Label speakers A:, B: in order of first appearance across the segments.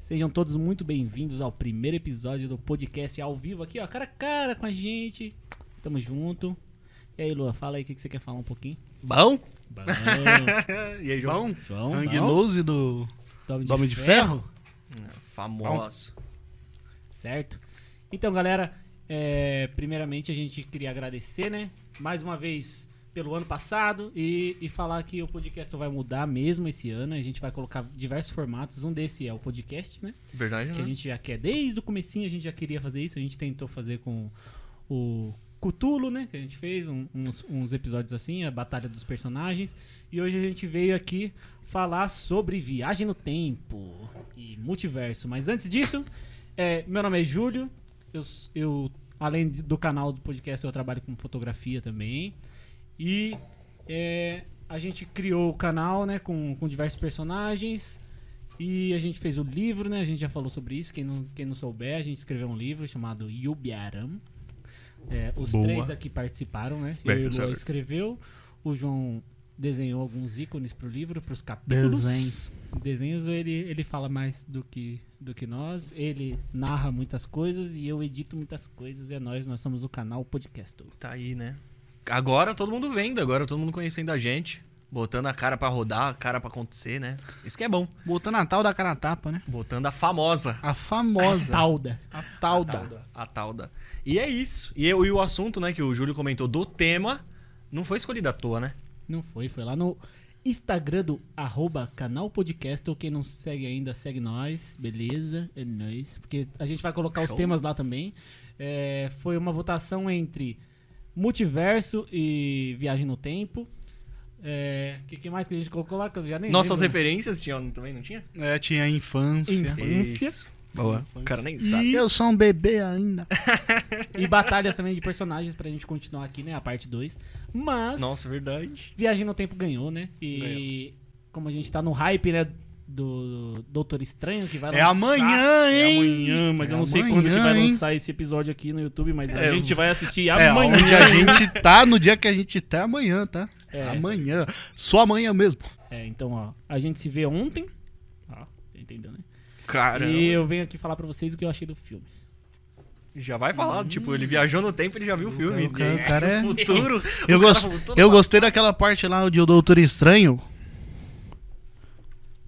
A: Sejam todos muito bem-vindos ao primeiro episódio do podcast ao vivo aqui, ó, cara a cara com a gente. Tamo junto. E aí, Lua, fala aí o que, que você quer falar um pouquinho.
B: Bom?
A: Bom,
B: E aí, João?
C: Bom?
A: João,
C: Hang
A: bom.
C: Nose do do Homem de Ferro?
B: Famoso.
A: Certo? Então, galera, é, primeiramente a gente queria agradecer, né? Mais uma vez pelo ano passado e, e falar que o podcast vai mudar mesmo esse ano. A gente vai colocar diversos formatos. Um desse é o podcast, né?
B: Verdade,
A: Que a
B: né?
A: gente já quer desde o comecinho, a gente já queria fazer isso. A gente tentou fazer com o Cutulo, né? Que a gente fez um- uns, uns episódios assim, a Batalha dos Personagens. E hoje a gente veio aqui falar sobre viagem no tempo e multiverso. Mas antes disso, é, meu nome é Júlio. Eu, s- eu, além de- do canal do podcast, eu trabalho com fotografia também. E é, a gente criou o canal, né? Com, com diversos personagens. E a gente fez o livro, né? A gente já falou sobre isso. Quem não, quem não souber, a gente escreveu um livro chamado Yubiaram. É, os
C: Boa.
A: três aqui participaram, né?
B: Bem,
A: Eu e o Lua
B: sabe.
A: escreveu, o João desenhou alguns ícones pro livro, pros capítulos.
C: Desenhos.
A: Desenhos ele, ele fala mais do que, do que nós, ele narra muitas coisas e eu edito muitas coisas. E é nós, nós somos o canal Podcast.
B: Tá aí, né? Agora todo mundo vendo, agora todo mundo conhecendo a gente. Botando a cara pra rodar, a cara pra acontecer, né? Isso que é bom.
C: Botando a tal da cara a tapa, né?
B: Botando a famosa.
C: A famosa.
A: Talda.
C: A talda.
B: Talda. A Talda. E é isso. E, eu- e o assunto, né, que o Júlio comentou do tema, não foi escolhido à toa, né?
A: Não foi, foi lá no Instagram do arroba canal podcast. Quem não segue ainda, segue nós, beleza? É nóis. Porque a gente vai colocar os
B: Show.
A: temas lá também. É, foi uma votação entre multiverso e viagem no tempo. É, que, que mais que a gente colocou lá? Que eu já nem
B: Nossas
A: lembro.
B: referências tinham também, não tinha?
C: É, tinha a infância.
A: Infância. Referência.
B: Boa. O cara nem sabe.
C: Eu sou um bebê ainda.
A: E batalhas também de personagens pra gente continuar aqui, né? A parte 2. Mas.
B: Nossa, verdade.
A: Viagem no Tempo ganhou, né? E como a gente tá no hype, né? Do Doutor Estranho, que vai
C: É amanhã,
A: É
C: hein?
A: amanhã, mas
C: É
A: eu não sei quando que vai
C: amanhã, hein?
A: lançar esse episódio aqui no YouTube, mas a
B: É,
A: gente vai assistir
C: É,
A: amanhã.
C: onde a gente tá, no dia que a gente tá, é amanhã, tá?
A: É.
C: Amanhã. Só amanhã mesmo.
A: É, então, ó, a gente se vê ontem. Ó, entendeu, né?
B: Cara.
A: E eu venho aqui falar pra vocês o que eu achei do filme.
B: Já vai falar, tipo, ele viajou no tempo, ele já viu o filme.
C: o cara-
B: E-
C: o cara é-
B: no futuro. o
C: Eu,
B: cara
C: gost-
B: voltou
C: eu
B: no
C: gostei daquela parte lá onde o Doutor Estranho.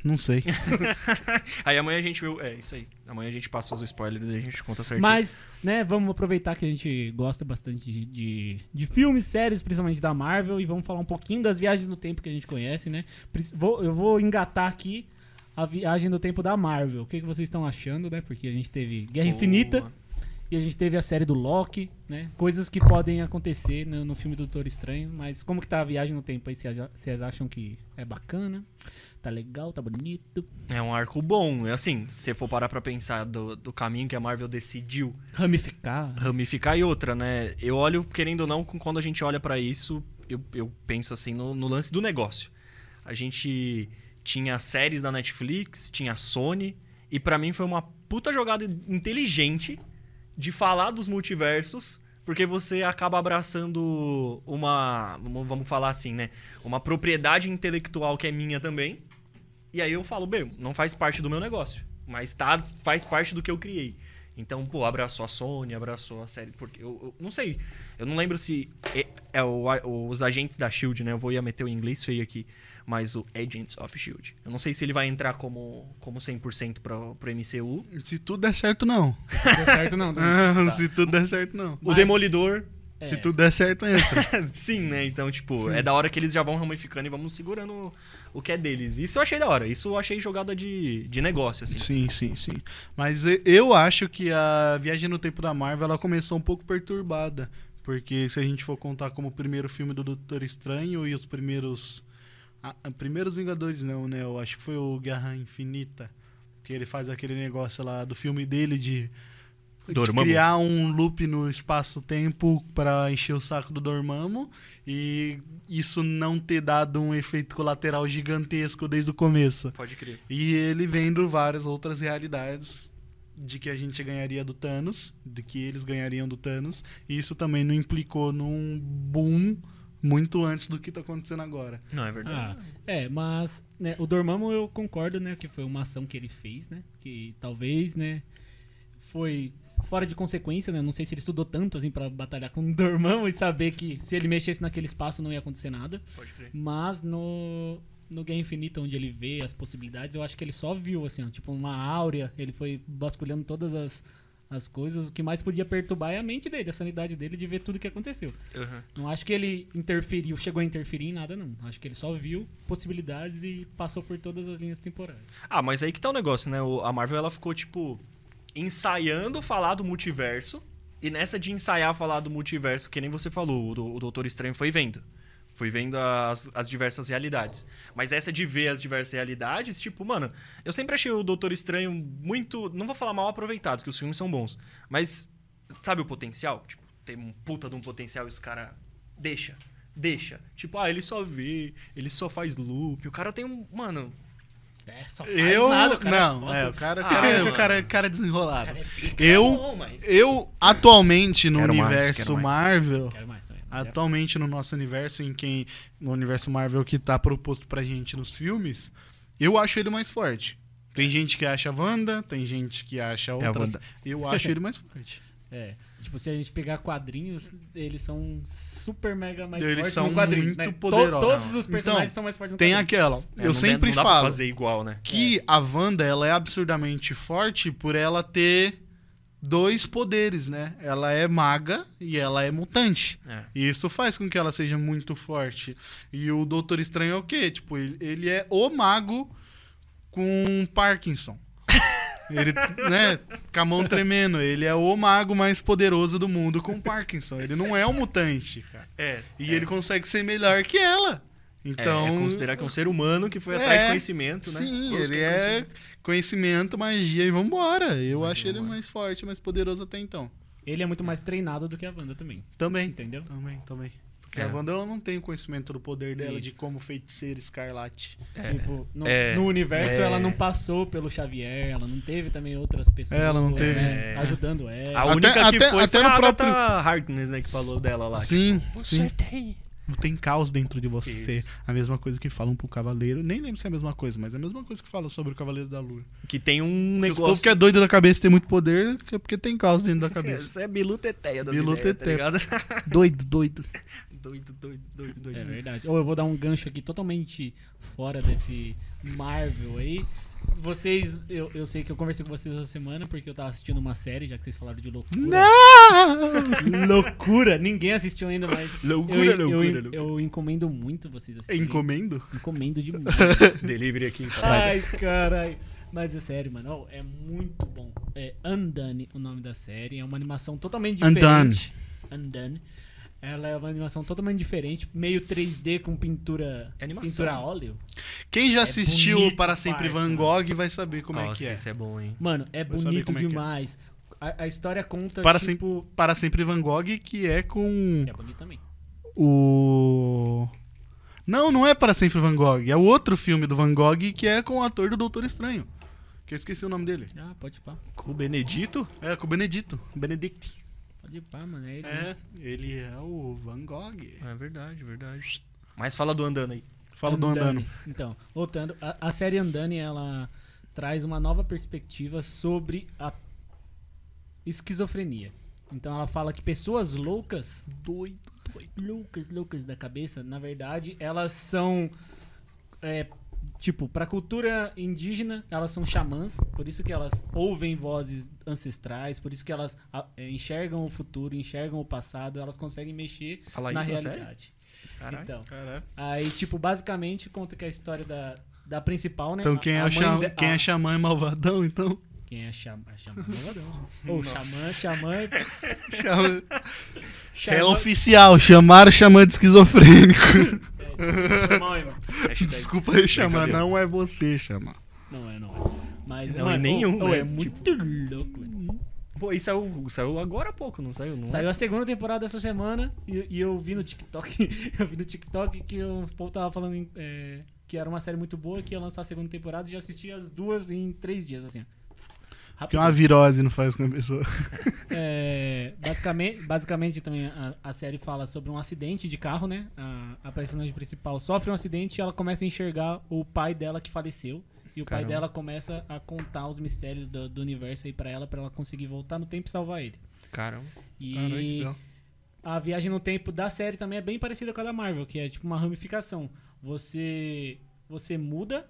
C: Não sei.
B: passado. Aí amanhã a gente viu. É, isso aí. Amanhã a gente passa os spoilers e a gente conta certinho.
A: Mas, né, vamos aproveitar que a gente gosta bastante de, de, de filmes, séries, principalmente da Marvel, e vamos falar um pouquinho das viagens no tempo que a gente conhece, né? Pri- vou- eu vou engatar aqui a viagem do tempo da Marvel. O que, que vocês estão achando, né? Porque a gente teve Guerra
B: Boa.
A: Infinita e a gente teve a série do Loki, né? Coisas que podem acontecer no, no filme do Doutor Estranho, mas como que tá a viagem no tempo aí? Vocês acha- Vocês acham que é bacana? Tá legal, tá bonito.
B: É um arco bom. É assim, se você for parar pra pensar do, do caminho que a Marvel decidiu
A: Ramificar.
B: ramificar e outra, né? Eu olho, querendo ou não, com- quando a gente olha pra isso, eu, eu penso assim no, no lance do negócio. A gente tinha séries da Netflix, tinha a Sony, e pra mim foi uma puta jogada inteligente de falar dos multiversos, porque você acaba abraçando uma, vamos vamos falar assim, né? Uma propriedade intelectual que é minha também. E aí eu falo, bem, não faz parte do meu negócio, mas tá, faz parte do que eu criei. Então, pô, abraçou a Sony, abraçou a série. Porque eu, eu não sei. Eu não lembro se. É, é o- a- os agentes da Shield, né? Eu vou ia meter o inglês feio aqui. Mas o Agents of Shield. Eu não sei se ele vai entrar como, como 100% pra, pro MCU.
C: Se tudo der certo, não.
A: Deu certo não? tá? deu certo.
C: Ah, Se tudo der certo, não.
B: O
A: Mas-
B: Demolidor.
C: Se
A: É.
C: tudo der certo, entra.
B: Sim, né? Então, tipo, é da hora que eles já vão ramificando e vão segurando o- o que é deles. Isso eu achei da hora. Isso eu achei jogada de, de negócio, assim.
C: Sim, sim, sim. Mas e- eu acho que a Viagem no Tempo da Marvel ela começou um pouco perturbada. Porque se a gente for contar como o primeiro filme do Doutor Estranho e os primeiros. a- a- primeiros Vingadores, não, né? Eu acho que foi o Guerra Infinita. Que ele faz aquele negócio lá do filme dele de. de
B: Dormammu.
C: criar um loop no espaço-tempo pra encher o saco do Dormammu e isso não ter dado um efeito colateral gigantesco desde o começo.
B: Pode crer.
C: E ele vendo várias outras realidades de que a gente ganharia do Thanos, de que eles ganhariam do Thanos, e isso também não implicou num boom muito antes do que tá acontecendo agora.
B: Não, é verdade.
A: Ah, é, mas né, o Dormammu eu concordo, né, que foi uma ação que ele fez, né, que talvez, né, foi fora de consequência, né, não sei se ele estudou tanto assim para batalhar com o Dormammu e saber que se ele mexesse naquele espaço não ia acontecer nada,
B: Pode crer.
A: mas no no Guerra Infinita, onde ele vê as possibilidades, eu acho que ele só viu, assim, ó, tipo, uma áurea, ele foi basculhando todas as, as coisas, o que mais podia perturbar é a mente dele, a sanidade dele de ver tudo que aconteceu.
B: Aham.
A: Não acho que ele interferiu, chegou a interferir em nada, não. Acho que ele só viu possibilidades e passou por todas as linhas temporais.
B: Ah, mas aí que tá o negócio, né? O- A Marvel ela ficou, tipo, ensaiando falar do multiverso. E nessa de ensaiar falar do multiverso, que nem você falou, o, do- o Doutor Estranho foi vendo. Foi vendo as, as diversas realidades. Mas essa de ver as diversas realidades, tipo, mano, eu sempre achei o Doutor Estranho muito. Não vou falar mal aproveitado, que os filmes são bons. Mas sabe o potencial? Tipo, tem um puta de um potencial e os caras. Deixa, deixa. Tipo, ah, ele só vê, ele só faz loop. O cara tem um. Mano,
A: É, só faz
C: Eu.
A: nada, o cara
C: não,
A: bota-
C: é, o cara, o
B: Ah,
C: cara,
B: mano.
C: o cara, o cara é desenrolado.
A: Cara, é pica.
B: Não,
C: Eu,
B: mas-
C: eu atualmente no
B: Quero mais,
C: universo
B: quero mais.
C: Marvel,
A: Quero mais também.
B: É.
A: Quero-
C: atualmente no nosso universo em quem no universo Marvel que tá proposto pra gente nos filmes, eu acho ele mais forte. Tem gente que acha Wanda, tem gente que acha
B: É. a
C: outras.
B: Wanda.
C: eu acho ele mais forte.
A: É. Tipo, se a gente pegar quadrinhos, eles são super mega mais
C: Eles
A: fortes
C: são
A: no quadrinho.
C: muito
A: né? To-
C: poderosos.
A: todos os
C: Então,
A: personagens são mais fortes no
C: Tem
A: quadrinho.
C: aquela.
B: É,
C: eu
B: não
C: sempre
B: dá, não Dá pra
C: falo
B: fazer igual, né?
C: que a Wanda ela é absurdamente forte por ela ter dois poderes, né? Ela é maga e ela é mutante.
B: É.
C: E isso faz com que ela seja muito forte. E o Doutor Estranho é o quê? Tipo, ele, ele é o mago com Parkinson. Ele, né, com a mão tremendo. Ele é o mago mais poderoso do mundo com Parkinson. Ele não é um mutante, cara.
B: É.
C: E ele consegue ser melhor que ela. Então.
B: é considerar que é um ser humano que foi
C: É,
B: atrás de conhecimento, né?
C: Sim,
B: Busca
C: ele é
B: conhecimento.
C: conhecimento, magia e vambora. Eu
B: Magia,
C: acho ele
B: vambora.
C: mais forte, mais poderoso até então.
A: Ele é muito mais treinado do que a Wanda também.
C: Também.
A: Entendeu?
C: Também, também. Porque
B: É.
C: a Wanda ela não tem o conhecimento do poder dela
A: Isso.
C: de como feiticeira escarlate.
A: Tipo, no,
B: É.
A: no universo
B: É.
A: ela não passou pelo Xavier, ela não teve também outras pessoas.
C: Ela não
A: né,
C: teve. é.
A: Ajudando ela.
B: A
C: Até-
B: única que
C: até-
B: foi
C: até
B: foi
C: no
B: a
C: próprio-
B: Agatha Harkness, né? Que falou dela lá.
C: Sim, sim.
B: tem.
C: Tem caos dentro de você.
B: Isso.
C: A mesma coisa que falam pro Cavaleiro. Nem lembro se é a mesma coisa, mas é a mesma coisa que fala sobre o Cavaleiro da Lua.
B: Que tem um
C: Porque Os povo que
B: negócio...
C: é doido da cabeça e tem muito poder, que é porque tem caos dentro da cabeça.
B: Isso é Bilu Teteia das
C: Bilu
B: Bilu ideias, tá
C: Teteia.
B: ligado?
C: doido, doido.
B: doido, doido, doido, doido.
A: É verdade. Ou eu vou dar um gancho aqui totalmente fora desse Marvel aí. Vocês, eu, eu sei que eu conversei com vocês essa semana porque eu tava assistindo uma série, já que vocês falaram de loucura.
C: Não!
A: Loucura! Ninguém assistiu ainda, mas.
B: Loucura,
A: eu,
B: loucura,
A: eu,
B: loucura.
A: Eu encomendo muito vocês assistirem.
C: Encomendo?
A: Encomendo demais.
B: É Delivery aqui então. em
A: Ai,
B: Paris.
A: caralho. Mas é sério, mano. ó, é muito bom. É Undone o nome da série. É uma animação totalmente diferente. Undone. Ela é uma animação totalmente diferente, meio 3D com pintura,
B: É animação,
A: pintura a
B: né?
A: óleo.
C: Quem já assistiu
A: bonito,
C: Para Sempre
A: parça.
C: Van Gogh vai saber como é
B: Nossa,
C: que é.
B: isso é bom, hein?
A: Mano, é
C: Vai saber
A: bonito
C: como é que é.
A: demais. A, a história conta
C: Para
A: tipo,
C: Para Sempre Van Gogh, que é com
A: é bonito também.
C: o... Não, não é Para Sempre Van Gogh. É o outro filme do Van Gogh que é com o ator do Doutor Estranho. Que eu esqueci o nome dele.
A: Ah, pode pá.
B: Com o Benedito?
C: É, com o Benedito. Benedict.
A: Pode pá, mano. É, ele.
C: É, ele é o Van Gogh.
B: É verdade, verdade. Mas fala do andando aí.
C: Fala do Andando.
A: Então, voltando, a, a série Andane ela traz uma nova perspectiva sobre a esquizofrenia. Então ela fala que pessoas loucas,
C: Doido.
A: loucas, loucas da cabeça, na verdade, elas são é, tipo, pra cultura indígena, elas são xamãs, por isso que elas ouvem vozes ancestrais, por isso que elas a- é, enxergam o futuro, enxergam o passado, elas conseguem mexer
B: Falar
A: na
B: isso na série?
A: realidade.
B: Caralho.
A: Então,
C: Caralho.
A: Aí, tipo, basicamente conta que é a história da, da principal, né?
C: Então quem
A: a,
C: é,
A: a mãe
C: o xa-
A: de- Ah.
C: quem
A: a-
C: é xamã é malvadão, então?
A: Quem é xamã? a Xamã é malvadão. Ou xamã, xamã, é-
C: Xamã- É
A: xamã.
C: oficial, chamaram o xamã de esquizofrênico.
A: é
B: Hashtag-
C: Desculpa aí, xamã,
B: Brincadeira.
C: não é você, xamã.
A: Não é, não é. Mas,
B: Não,
A: mano,
B: e nenhum,
A: ô,
B: né?
A: É muito
C: Tipo,
A: louco. mano.
B: Pô, isso saiu, saiu agora há pouco, não saiu? Não é?
A: Saiu a segunda temporada essa semana e, e eu vi no TikTok. eu vi no TikTok que o povo tava falando em, é, que era uma série muito boa, que ia lançar a segunda temporada e já assisti as duas em três dias, assim. ó.
C: Porque é uma virose não faz com a pessoa.
A: É, basicamente, basicamente também a, a série fala sobre um acidente de carro, né? A, a personagem principal sofre um acidente e ela começa a enxergar o pai dela que faleceu. E o
B: Caramba.
A: pai dela começa a contar os mistérios do, do universo aí pra ela, pra ela conseguir voltar no tempo e salvar ele.
B: Caramba.
A: E
C: Caralho, que legal.
A: a viagem no tempo da série também é bem parecida com a da Marvel, que é tipo uma ramificação. Você você muda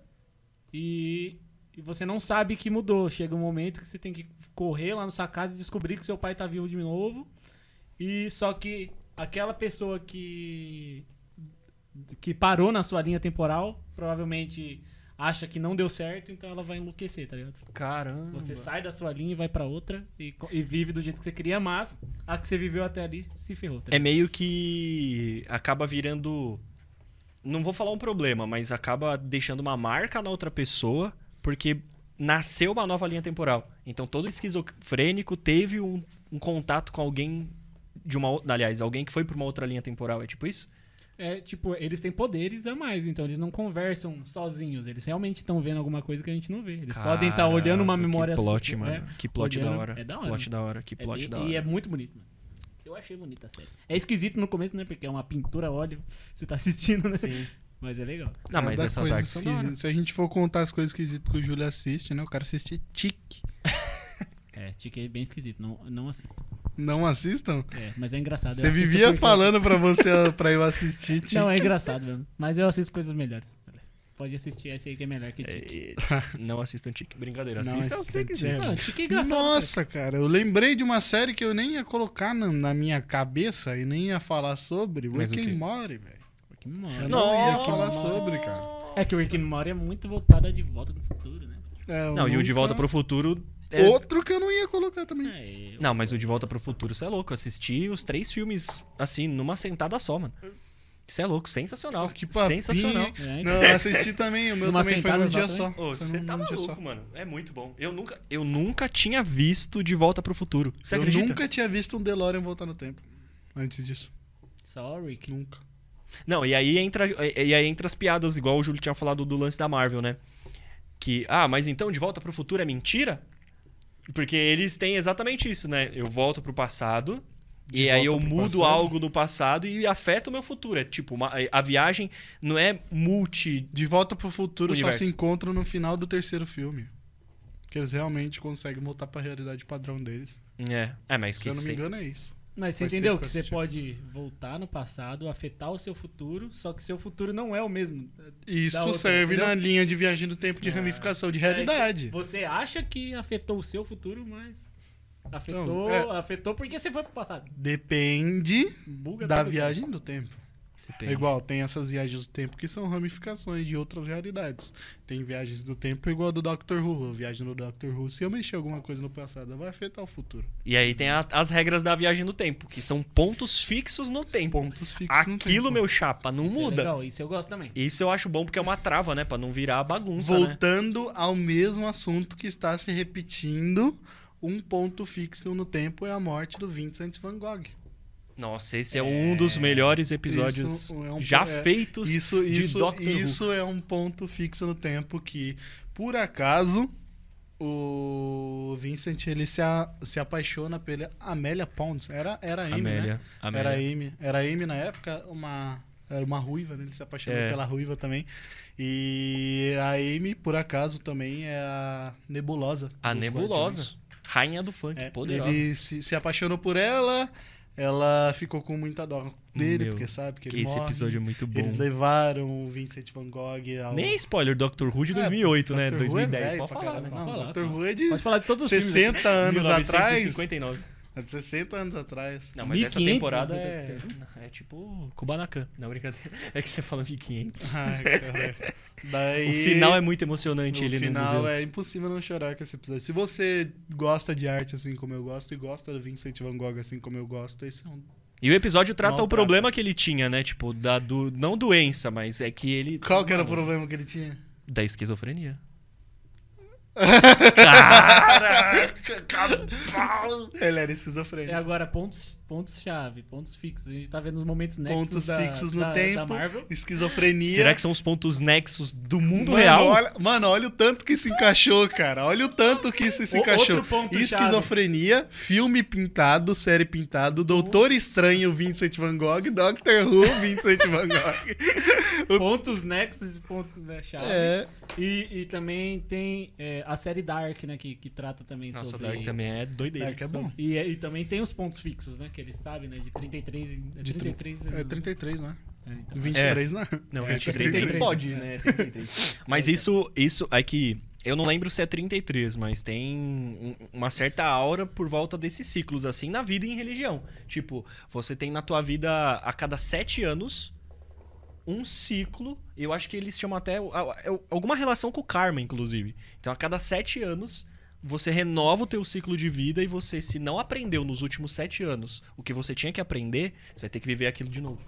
A: e, e você não sabe que mudou. Chega um momento que você tem que correr lá na sua casa e descobrir que seu pai tá vivo de novo. E só que aquela pessoa que que parou na sua linha temporal, provavelmente acha que não deu certo, então ela vai enlouquecer, tá ligado?
B: Caramba.
A: Você sai da sua linha e vai pra outra e, co- e vive do jeito que você queria, mas a que você viveu até ali se ferrou. Tá
B: É
A: ligado?
B: meio que acaba virando. Não vou falar um problema, mas acaba deixando uma marca na outra pessoa, porque nasceu uma nova linha temporal. Então todo esquizofrênico teve um, um contato com alguém de uma. o- Aliás, alguém que foi pra uma outra linha temporal. É tipo isso?
A: É, tipo, eles têm poderes a mais, então eles não conversam sozinhos. Eles realmente estão vendo alguma coisa que a gente não vê. Eles podem estar olhando uma memória
B: Que plot,
A: sua,
B: mano.
A: né?
B: que plot da
A: olhando-
B: hora.
A: é da
B: que
A: hora,
B: plot da hora. Que
A: É
B: plot
A: bem-
B: da
A: E é
B: hora.
A: muito bonito, mano. Eu achei bonita a série. É esquisito no começo, né? Porque é uma pintura a óleo. Você tá assistindo, né?
B: Sim.
A: Mas é legal.
B: Não, mas
C: Cada
B: essas
C: coisa
B: artes são da hora.
C: esquisita. Se a gente for contar as coisas esquisitas que o Júlio assiste, né? O cara assiste tique.
A: É, Tique é bem esquisito. Não, não assisto.
C: Não assistam?
A: É, mas é engraçado. eu
C: Você
A: assisto
C: vivia
A: porque-
C: falando pra você pra eu assistir tique.
A: Não, é engraçado mesmo. Mas eu assisto coisas melhores. Pode assistir essa aí que é melhor que Tique.
B: É, não assistam Tique. Brincadeira.
C: Não
B: Assista o que você
C: assistam
B: quiser.
C: Tique.
A: Não, Tique é engraçado.
C: Nossa, cara, eu lembrei de uma série que eu nem ia colocar na, na minha cabeça e nem ia falar sobre.
B: Mas
C: Rick
B: o quê?
C: and Morty, velho.
A: cara. Que mora.
C: Eu não é ia falar sobre, cara.
A: É que o Rick and Morty é muito voltado a De Volta no Futuro, né?
C: É, eu
B: Não, e o De
C: nunca-
B: Volta pro Futuro. é-
C: Outro que eu não ia colocar também.
A: É, eu-
B: Não, mas o De Volta pro Futuro, você é louco. Eu Assisti os três filmes, assim, numa sentada só, mano. Você é louco, sensacional.
C: Que papinho.
B: Sensacional.
A: É,
C: Não, eu assisti também, o meu
A: Numa
C: também foi
A: sentada
C: num
A: só
C: dia só.
A: também?
B: Ô,
C: Foi
B: você
C: num
B: tá
C: dia
B: maluco,
C: só.
B: mano. É muito bom. Eu nunca, eu nunca tinha visto De Volta pro Futuro. Você
C: eu
B: acredita?
C: nunca tinha visto um DeLorean voltar no tempo. Antes disso.
A: Só o Rick.
C: Nunca.
B: Não, e aí entra e aí entra as piadas, igual o Júlio tinha falado do lance da Marvel, né? Que, ah, mas então De Volta pro Futuro é mentira? Porque eles têm exatamente isso, né? Eu volto pro passado
C: De
B: e aí eu
C: volta pro
B: mudo
C: passado.
B: algo do passado e afeta o meu futuro. É tipo, uma- a viagem não é multi.
C: De Volta pro Futuro
B: Universo.
C: só se encontram no final do terceiro filme. Que eles realmente conseguem voltar pra realidade padrão deles.
B: É, é mas
C: Se
B: que
C: eu não me
B: sei.
C: engano, é isso.
A: Mas você
C: Faz
A: entendeu
C: tempo
A: que
C: que eu
A: você
C: assisti.
A: pode voltar no passado, afetar o seu futuro, só que seu futuro não é o mesmo.
C: Isso
A: Da outra,
C: serve
A: entendeu? É,
C: na linha de viagem do tempo
B: Ah.
C: de ramificação de realidade.
A: Você acha que afetou o seu futuro, mas afetou,
C: Então,
A: afetou porque você foi pro passado.
C: Depende
A: Buga
C: da
A: tudo.
C: viagem do tempo.
B: Depende.
C: É igual, tem essas viagens do tempo que são ramificações de outras realidades. Tem viagens do tempo igual a do Dr. Who. A viagem do Dr. Who, se eu mexer alguma coisa no passado, vai afetar o futuro.
B: E aí tem a- as regras da viagem no tempo, que são pontos fixos no tempo.
C: Pontos fixos no
B: Aquilo,
C: tempo.
B: meu chapa, não
A: Isso é
B: muda.
A: legal, isso eu gosto também.
B: Isso eu acho bom porque é uma trava, né? Pra não virar bagunça, né?
C: Voltando ao mesmo assunto que está se repetindo, um ponto fixo no tempo é a morte do Vincent Van Gogh.
B: Nossa, esse é, um dos melhores episódios
C: Isso é um-
B: já
C: é-
B: feitos
C: Isso,
B: de
C: isso,
B: Doctor Who.
C: isso é um ponto fixo no tempo que, por acaso, o Vincent ele se, a- se apaixona pela Amélia Pons. Era, era a Amy, né?
B: Amélia.
C: Era a
B: Amélia.
C: Amy. Era a Amy na época, uma. Era uma ruiva, né? Ele se apaixonou
B: É.
C: pela ruiva também. E a Amy, por acaso, também é a Nebulosa.
B: A
C: dos
B: Nebulosa.
C: Guardiões.
B: Rainha do funk,
C: É,
B: poderosa.
C: ele se, se apaixonou por ela, ela ficou com muita dó dele,
B: Meu,
C: porque sabe que
B: Que
C: ele
B: esse
C: morre.
B: episódio é muito bom.
C: Eles levaram o Vincent Van Gogh ao...
B: Nem é spoiler, Doctor Who de
C: É,
B: 2008, né?
C: Dr. Who
B: 2010.
C: É velho
B: Pode
C: pra
B: falar,
C: caralho.
B: né?
A: Pode
C: Não,
A: falar,
C: Dr.
A: pode.
C: Who é de
A: Pode falar de todos os filmes.
C: 60 anos atrás.
B: 1959.
C: É de 60 anos atrás.
B: Não, mas essa
A: 1500,
B: temporada
A: né,
B: é... é tipo Kubanacan. Não, brincadeira. É que você fala 1500.
C: Ai, cara. Daí...
B: O final é muito emocionante.
C: O
B: ele no
C: final
B: museu.
C: é impossível não chorar com esse episódio. Se você gosta de arte assim como eu gosto e gosta do Vincent Van Gogh assim como eu gosto, esse é um
B: E o episódio trata o
C: Maltrata.
B: problema que ele tinha, né? Tipo, da, do, não doença, mas é que ele...
C: Qual que era o problema que ele tinha?
B: Da esquizofrenia.
C: Ele era esquizofrênico.
A: É agora pontos pontos-chave, pontos fixos. A gente tá vendo os momentos nexos
C: Pontos
A: da,
C: fixos no
A: da- da
C: tempo.
A: Marvel.
C: Esquizofrenia.
B: Será que são os pontos nexos do mundo
C: mano,
B: real?
C: Olha, mano, olha o tanto que se encaixou, cara. Olha o tanto que isso se
A: O-
C: encaixou.
A: outro ponto-chave.
C: Esquizofrenia, filme pintado, série pintado, Doutor Estranho, Vincent Van Gogh, Doctor Who, Vincent Van Gogh.
A: Pontos nexos e pontos da chave.
C: É.
A: E, e também tem é, a série Dark, né? Que, que trata também
B: Nossa,
A: sobre...
B: Dark também é doideira.
C: Dark é bom.
A: sobre- E, e também tem os pontos fixos, né? Que eles sabem, né? De 33 em... é
C: De
A: 33...
C: É 33, né?
A: É, então.
C: 23, né?
B: Não,
A: É,
B: 23
A: 33,
B: nem pode, né? 33. Mas isso, isso é que. Eu não lembro se é 33, mas tem um- uma certa aura por volta desses ciclos, assim, na vida e em religião. Tipo, você tem na tua vida a cada sete anos um ciclo. Eu acho que eles chamam até o- a- a- alguma relação com o karma, inclusive. Então, a cada sete anos, você renova o teu ciclo de vida e você, se não aprendeu nos últimos sete anos o que você tinha que aprender, você vai ter que viver aquilo de novo.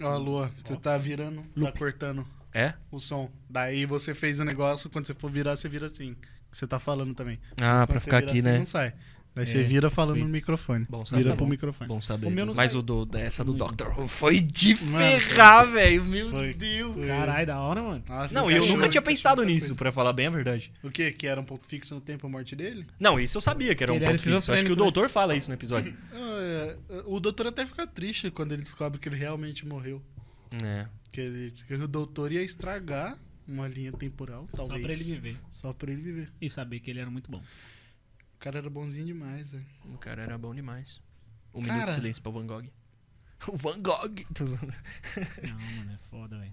C: Ó, a Lua, você tá virando, tá cortando
B: É?
C: o som. Daí você fez o negócio, quando você for virar, você vira assim. que Você tá falando também.
B: Ah,
C: Mas quando você vira assim, Não sai. Daí você vira falando no microfone.
B: É, Bom saber.
C: vira
B: Tá
C: pro
B: bom.
C: microfone.
B: Bom
A: O
B: saber.
A: meu não
B: Mas
A: sai.
B: o do, essa do
A: Não
B: Doctor Who foi de
C: Mano,
B: ferrar, velho. Meu
C: foi.
B: Deus.
A: Caralho, da hora, mano.
C: Nossa, é
B: Não, eu
C: encaixou,
B: nunca tinha
C: encaixou
B: pensado
C: muita
B: nisso,
C: coisa.
B: pra falar bem a verdade.
C: O quê? Que era um ponto fixo no tempo a morte dele?
B: Não, isso eu sabia que era um
A: Ele era
B: ponto fixo. Acho que o
A: esquizofrênico, né?
B: doutor fala isso no episódio.
C: Ah, é. O doutor até fica triste quando ele descobre que ele realmente morreu.
B: É.
C: Que, ele, que o doutor ia estragar uma linha temporal, talvez.
A: Só pra ele viver.
C: Só pra ele viver.
A: E saber que ele era muito bom.
C: O cara era bonzinho demais, né?
B: O cara era bom demais. Um
C: Cara.
B: minuto de silêncio pra Van Gogh. O Van Gogh. Tô zoando.
A: Não, mano, é foda, velho.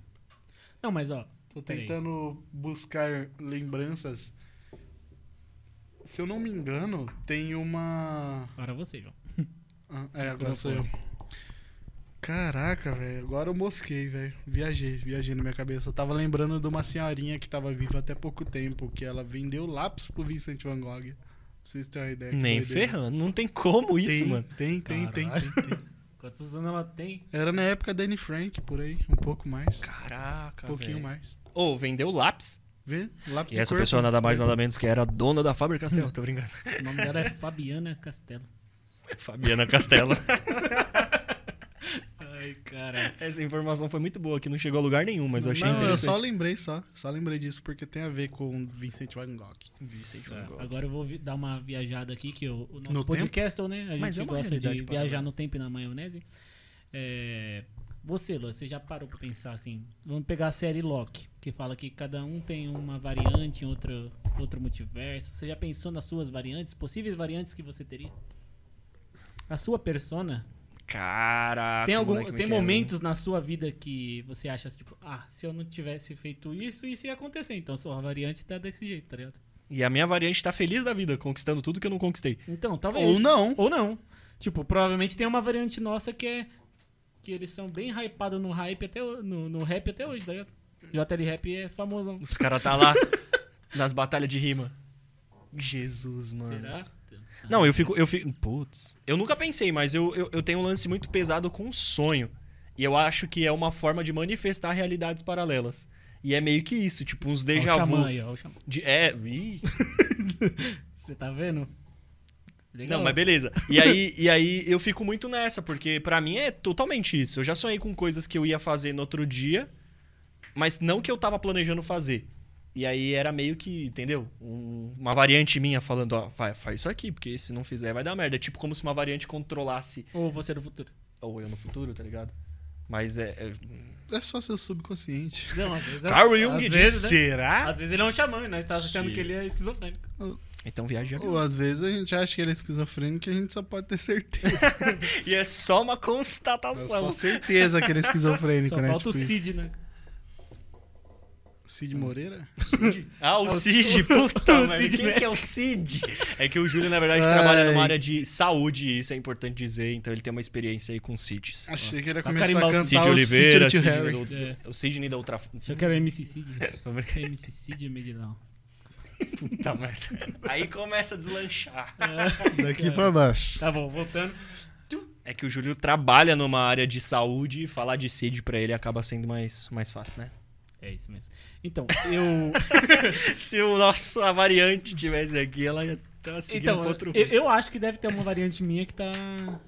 A: Não, mas ó.
C: Tô
A: Peraí.
C: tentando buscar lembranças. Se eu não me engano, tem uma.
A: Agora você, João.
C: Ah, é, agora
A: Agora
C: sou
A: foi.
C: eu. Caraca, velho. Agora eu mosquei, velho. Viajei, viajei na minha cabeça. Eu tava lembrando de uma senhorinha que tava viva até pouco tempo, que ela vendeu lápis pro Vincent Van Gogh. Pra vocês terem uma ideia. que
B: Nem
C: doideira.
B: ferrando. Não tem como
C: Tem,
B: isso, mano.
C: Tem, tem, tem, tem,
A: Caralho.
C: tem.
A: Quantos anos ela tem?
C: Era na época da Anne Frank, por aí. Um pouco mais.
B: Caraca,
C: um pouquinho
B: velho.
C: mais.
B: Ou vendeu lápis.
C: Vê? Lápis
B: E
C: de
B: essa
C: corpo.
B: pessoa nada mais, nada menos que era dona da Faber Castelo. Tô brincando.
A: O nome dela é Fabiana Castelo.
B: Fabiana Castelo.
A: Ai, caralho.
B: Essa informação foi muito boa, que não chegou a lugar nenhum, mas eu achei
C: Não, eu
B: interessante.
C: só lembrei só. Só lembrei disso porque tem a ver com Vincent Van Gogh.
B: Vicente Van Gogh.
A: É, Agora eu vou vi- dar uma viajada aqui, que o, o nosso
C: No
A: podcast, né? A gente
B: Mas é uma
A: gosta
B: realidade
A: de
B: paralela.
A: viajar no tempo e na maionese. É, Você, Lô, você já parou pra pensar assim? Vamos pegar a série Loki, que fala que cada um tem uma variante em outro, outro multiverso. Você já pensou nas suas variantes, possíveis variantes que você teria? A sua persona
B: Caraca,
A: Tem, algum,
B: moleque, me
A: tem
B: quebra, hein?
A: momentos na sua vida que você acha, tipo, ah, se eu não tivesse feito isso, isso ia acontecer. Então sua variante tá desse jeito, tá ligado?
B: E a minha variante tá feliz da vida, conquistando tudo que eu não conquistei.
A: Então, talvez.
C: Ou não.
A: Ou não. Tipo, provavelmente tem uma variante nossa que é. Que eles são bem hypados no hype até ho- no, no rap até hoje, tá ligado? JL Rap é famosão.
B: Os caras tá lá nas batalhas de rima. Jesus, mano.
A: Será?
B: Não, eu fico, eu fico. Putz. Eu nunca pensei, mas eu, eu, eu tenho um lance muito pesado com sonho. E eu acho que é uma forma de manifestar realidades paralelas. E é meio que isso, tipo, uns
A: Ó o
B: déjà
A: xamã
B: vu.
A: aí, ó, o xamã.
B: De, é, ih,
A: Você tá vendo? Legal.
B: Não, mas beleza. E aí, e aí eu fico muito nessa, porque pra mim é totalmente isso. Eu já sonhei com coisas que eu ia fazer no outro dia, mas não que eu tava planejando fazer. E aí era meio que, entendeu? Um- uma variante minha falando, ó, vai, faz isso aqui, porque se não fizer vai dar merda. É tipo como se uma variante controlasse
A: Ou você é do futuro.
B: ou eu no futuro, tá ligado? Mas é. é-
C: É só seu subconsciente.
A: Não, às vezes, é
B: Carl
A: às
B: Jung
A: vezes, né?
C: Será?
A: Às vezes ele é um xamã, e nós tá achando
B: Sim.
A: que ele é esquizofrênico.
B: Então viaja.
C: Ou às vezes a gente acha que ele é esquizofrênico e a gente só pode ter certeza.
B: E é só uma
C: É só
B: constatação.
C: certeza que ele é esquizofrênico,
A: Só
C: né?
A: falta o
C: Tipo
A: Cid, né?
C: isso. Cid Moreira?
B: Ah, o Cid,
A: o
B: puta, merda.
A: Cid
B: Quem
A: Mac.
B: que é o Cid? É que o Júlio, na verdade,
C: Ai.
B: trabalha numa área de saúde, e isso é importante dizer, então ele tem uma experiência aí com CIDs.
C: Achei que ele ia
A: Só
C: começar a
A: carimbar o
C: cantar
B: tá Cid
C: o
B: Oliveira,
C: Cid
B: Cid
C: Little Harry.
B: Doutra-
A: É.
B: o Sidney da Ultra...
A: Eu quero MC Cid. MC Cid Medinal.
B: Puta merda. Aí começa a deslanchar.
C: Daqui pra baixo.
A: Tá bom, voltando.
B: É que o Júlio trabalha numa área de saúde e falar de CID pra ele acaba sendo mais, mais fácil, né?
A: É isso mesmo. Então, eu.
B: Se o nosso, a variante tivesse aqui, ela ia tá seguindo
A: Então,
B: pro outro.
A: eu, eu acho que deve ter uma variante minha que tá.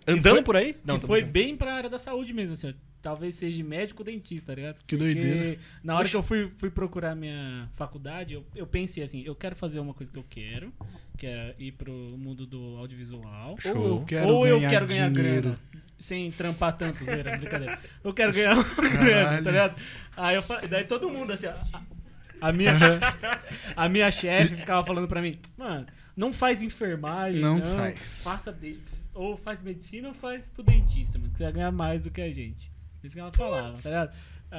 B: Andando por aí?
A: Não,
B: tô
A: que foi
B: brincando.
A: bem pra área da saúde mesmo, assim. ó. Talvez seja de médico ou dentista, tá ligado?
C: Que doideira.
A: Na hora que eu fui, fui procurar minha faculdade, eu, eu pensei assim, eu quero fazer uma coisa que eu quero, que era ir pro mundo do audiovisual.
B: Show.
C: Ou eu quero
A: ou eu
C: ganhar
A: quero ganhar
C: dinheiro.
A: grana. Sem trampar tanto, zoeira, brincadeira. Eu quero ganhar grana, tá ligado? Aí eu falei, daí todo mundo assim, ó, a, a minha, a minha chefe ficava falando pra mim, mano, não faz enfermagem,
C: Não
A: não,
C: faz.
A: Faça de, ou faz medicina ou faz pro dentista, mano, que você vai ganhar mais do que a gente. Isso que ela falava, tá ligado?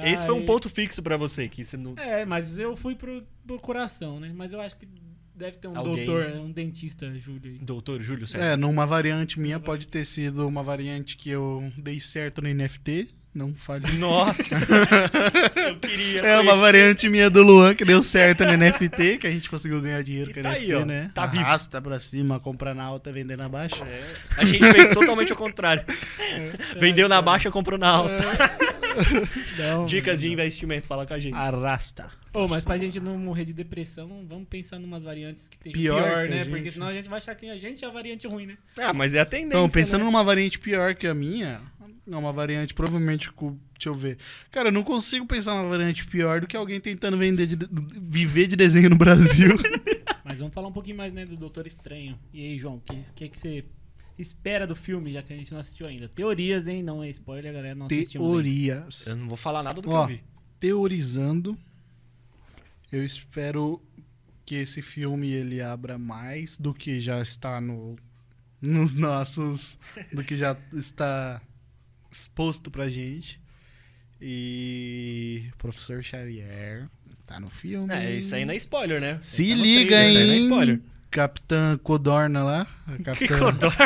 B: Esse foi um
A: Aí-
B: ponto fixo pra você, que você não.
A: É, mas eu fui pro, pro coração, né? Mas eu acho que deve ter um
B: Alguém-
A: doutor, um dentista, Júlio aí.
B: Doutor Júlio César.
C: É, numa variante minha pode ter sido uma variante que eu dei certo no NFT, não falei.
B: Nossa! eu queria.
C: É uma
B: conhecer.
C: variante minha do Luan que deu certo no NFT, que a gente conseguiu ganhar dinheiro
B: E
C: com
B: tá
C: NFT,
B: aí, ó,
C: né?
B: tá vivo.
C: Arrasta pra cima, compra na alta, vender na baixa.
B: É, A gente fez totalmente ao contrário. Vendeu na baixa, comprou na alta.
C: um
A: Não,
B: Dicas de investimento, fala com a gente.
C: Arrasta.
A: Ô, mas pra gente não morrer de depressão, vamos pensar numas variantes que tem
C: Pior
A: pior,
C: que a
A: né?
C: gente.
A: Porque senão a gente vai achar que a gente é a variante ruim, né?
B: Ah, mas é a tendência.
C: Então, pensando
B: né?
C: numa variante pior que a minha, é uma variante provavelmente. cu- Deixa eu ver. Cara, eu não consigo pensar numa variante pior do que alguém tentando vender de- de- viver de desenho no Brasil.
A: Mas vamos falar um pouquinho mais, né, do Doutor Estranho. E aí, João, o que, que, que você espera do filme, já que a gente não assistiu ainda? Teorias, hein? Não é spoiler, galera, não assistimos ainda.
C: Teorias.
B: Eu não vou falar nada do que
C: Ó.
B: eu vi.
C: teorizando. Eu espero que esse filme ele abra mais do que já está no nos nossos, do que já está exposto pra gente. E Professor Xavier tá no filme.
B: É, isso aí não é spoiler, né?
C: Se
B: Tá no
C: liga
B: trailer, Isso aí não é
C: aí.
B: spoiler.
C: Capitã Codorna lá. a
B: Que
C: Capitã...
B: codorna.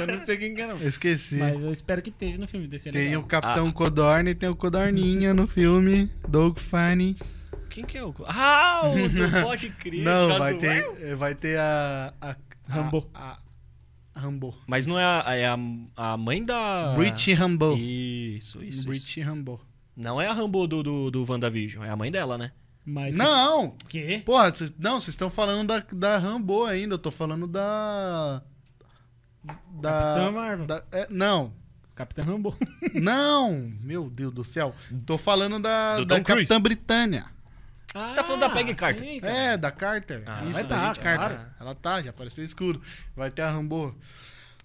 A: Eu não sei quem que é, não.
C: Eu esqueci.
A: Mas eu espero que esteja no filme desse é
C: Tem
A: legal.
C: o
B: Ah.
C: Capitão Codorna e tem o Codorninha no filme. Doug Funny.
B: Quem que é o. co- Ah, o do pode crer. por
C: Não,
B: causa
C: vai
B: do-
C: ter, eh, vai ter a. a, a-
A: Rambo.
C: a- Rambo.
B: Mas não é a, é a, a mãe da.
C: Brit Rambo.
B: Ah. Isso, isso. isso.
C: Brit Rambo.
B: Não é a Rambo do, do, do WandaVision, é a mãe dela, né?
A: Mas
C: Não!
A: Quê?
C: Porra, cês, não, vocês estão falando da, da Rambo ainda. Eu tô falando da.
A: Capitã
C: Da.
A: Marvel.
C: da- é, não!
A: Capitã Rambo.
C: Não! Meu Deus do céu! Tô falando da,
B: Do
C: da
B: Tom Cruise.
C: Capitã Britânia.
B: Você tá falando da
A: Ah,
B: Peggy Carter.
A: sim, cara.
C: É, da Carter.
B: Ah,
C: Isso,
A: Então. vai
C: da
A: tá,
C: gente Carter.
B: claro.
C: Ela tá, já apareceu escuro. Vai ter a Rambo.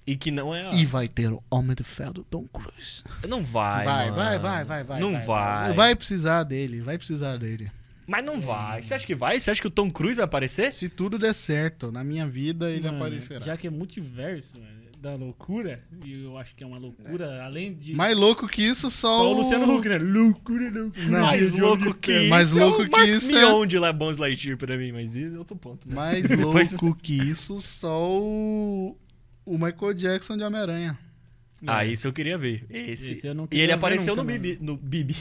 B: E que não é a.
C: E vai ter o Homem de Ferro do Tom Cruise.
B: Não vai.
C: Vai,
B: mano.
C: vai, vai, vai, vai.
B: Não vai.
C: Vai precisar dele, vai precisar dele.
B: Mas não vai. Você acha que vai? Você acha que o Tom Cruise vai aparecer?
C: Se tudo der certo na minha vida, ele
A: Mano,
C: aparecerá.
A: Já que é multiverso mano, da loucura, e eu acho que é uma loucura, além de.
C: Mais louco que isso, só,
A: Só o Luciano Huck, né? Loucura, loucura.
C: Não.
B: mais
A: de Homem
B: louco
A: de
B: que
A: Ferro.
B: isso.
C: Mais
B: é
C: louco
B: o
C: que
B: Marcos
C: isso é-
B: Mion de Lebon Lightyear pra mim, mas isso é outro ponto. Né?
C: Mais
B: Depois-
C: louco que isso, só o... o Michael Jackson de Homem-Aranha.
B: Ah, isso eu queria ver. Esse.
A: Esse eu não
B: e
A: queria
B: ele
A: ver
B: apareceu
A: nunca,
B: no Bibi. No Bibi.